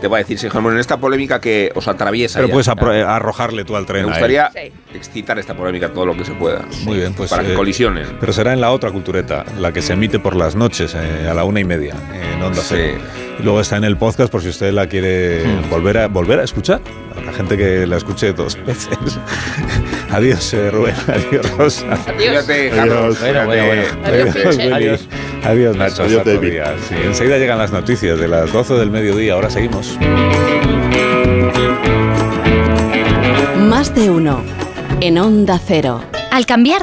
[SPEAKER 5] Te va a decir Sergio del Molino, en esta polémica que os atraviesa.
[SPEAKER 1] Pero
[SPEAKER 5] ya.
[SPEAKER 1] puedes apro- eh, arrojarle tú al tren.
[SPEAKER 5] Me
[SPEAKER 1] a él.
[SPEAKER 5] gustaría
[SPEAKER 2] Sí.
[SPEAKER 5] excitar esta polémica todo lo que se pueda.
[SPEAKER 1] Muy bien, pues.
[SPEAKER 5] Para que
[SPEAKER 1] eh,
[SPEAKER 5] colisionen.
[SPEAKER 1] Pero será en la otra cultureta, la que se emite por las noches, eh, a la una y media, en Onda
[SPEAKER 5] Sí.
[SPEAKER 1] Cero. Y luego está en el podcast por si usted la quiere volver, a, volver a escuchar. A la gente que la escuche dos veces. adiós, eh, Rubén. Adiós, Rosa.
[SPEAKER 2] Adiós.
[SPEAKER 5] Cuídate,
[SPEAKER 3] Adiós.
[SPEAKER 5] Carlos.
[SPEAKER 4] Bueno, bueno,
[SPEAKER 5] Cuídate.
[SPEAKER 4] bueno.
[SPEAKER 2] Adiós, Pinche.
[SPEAKER 1] Willy.
[SPEAKER 4] Adiós.
[SPEAKER 1] Adiós, Nacho.
[SPEAKER 3] Adiós,
[SPEAKER 1] hasta otro
[SPEAKER 3] David.
[SPEAKER 1] día. Sí, enseguida llegan las noticias de las 12 del mediodía. Ahora seguimos.
[SPEAKER 7] Más de uno en Onda Cero.
[SPEAKER 12] Al cambiar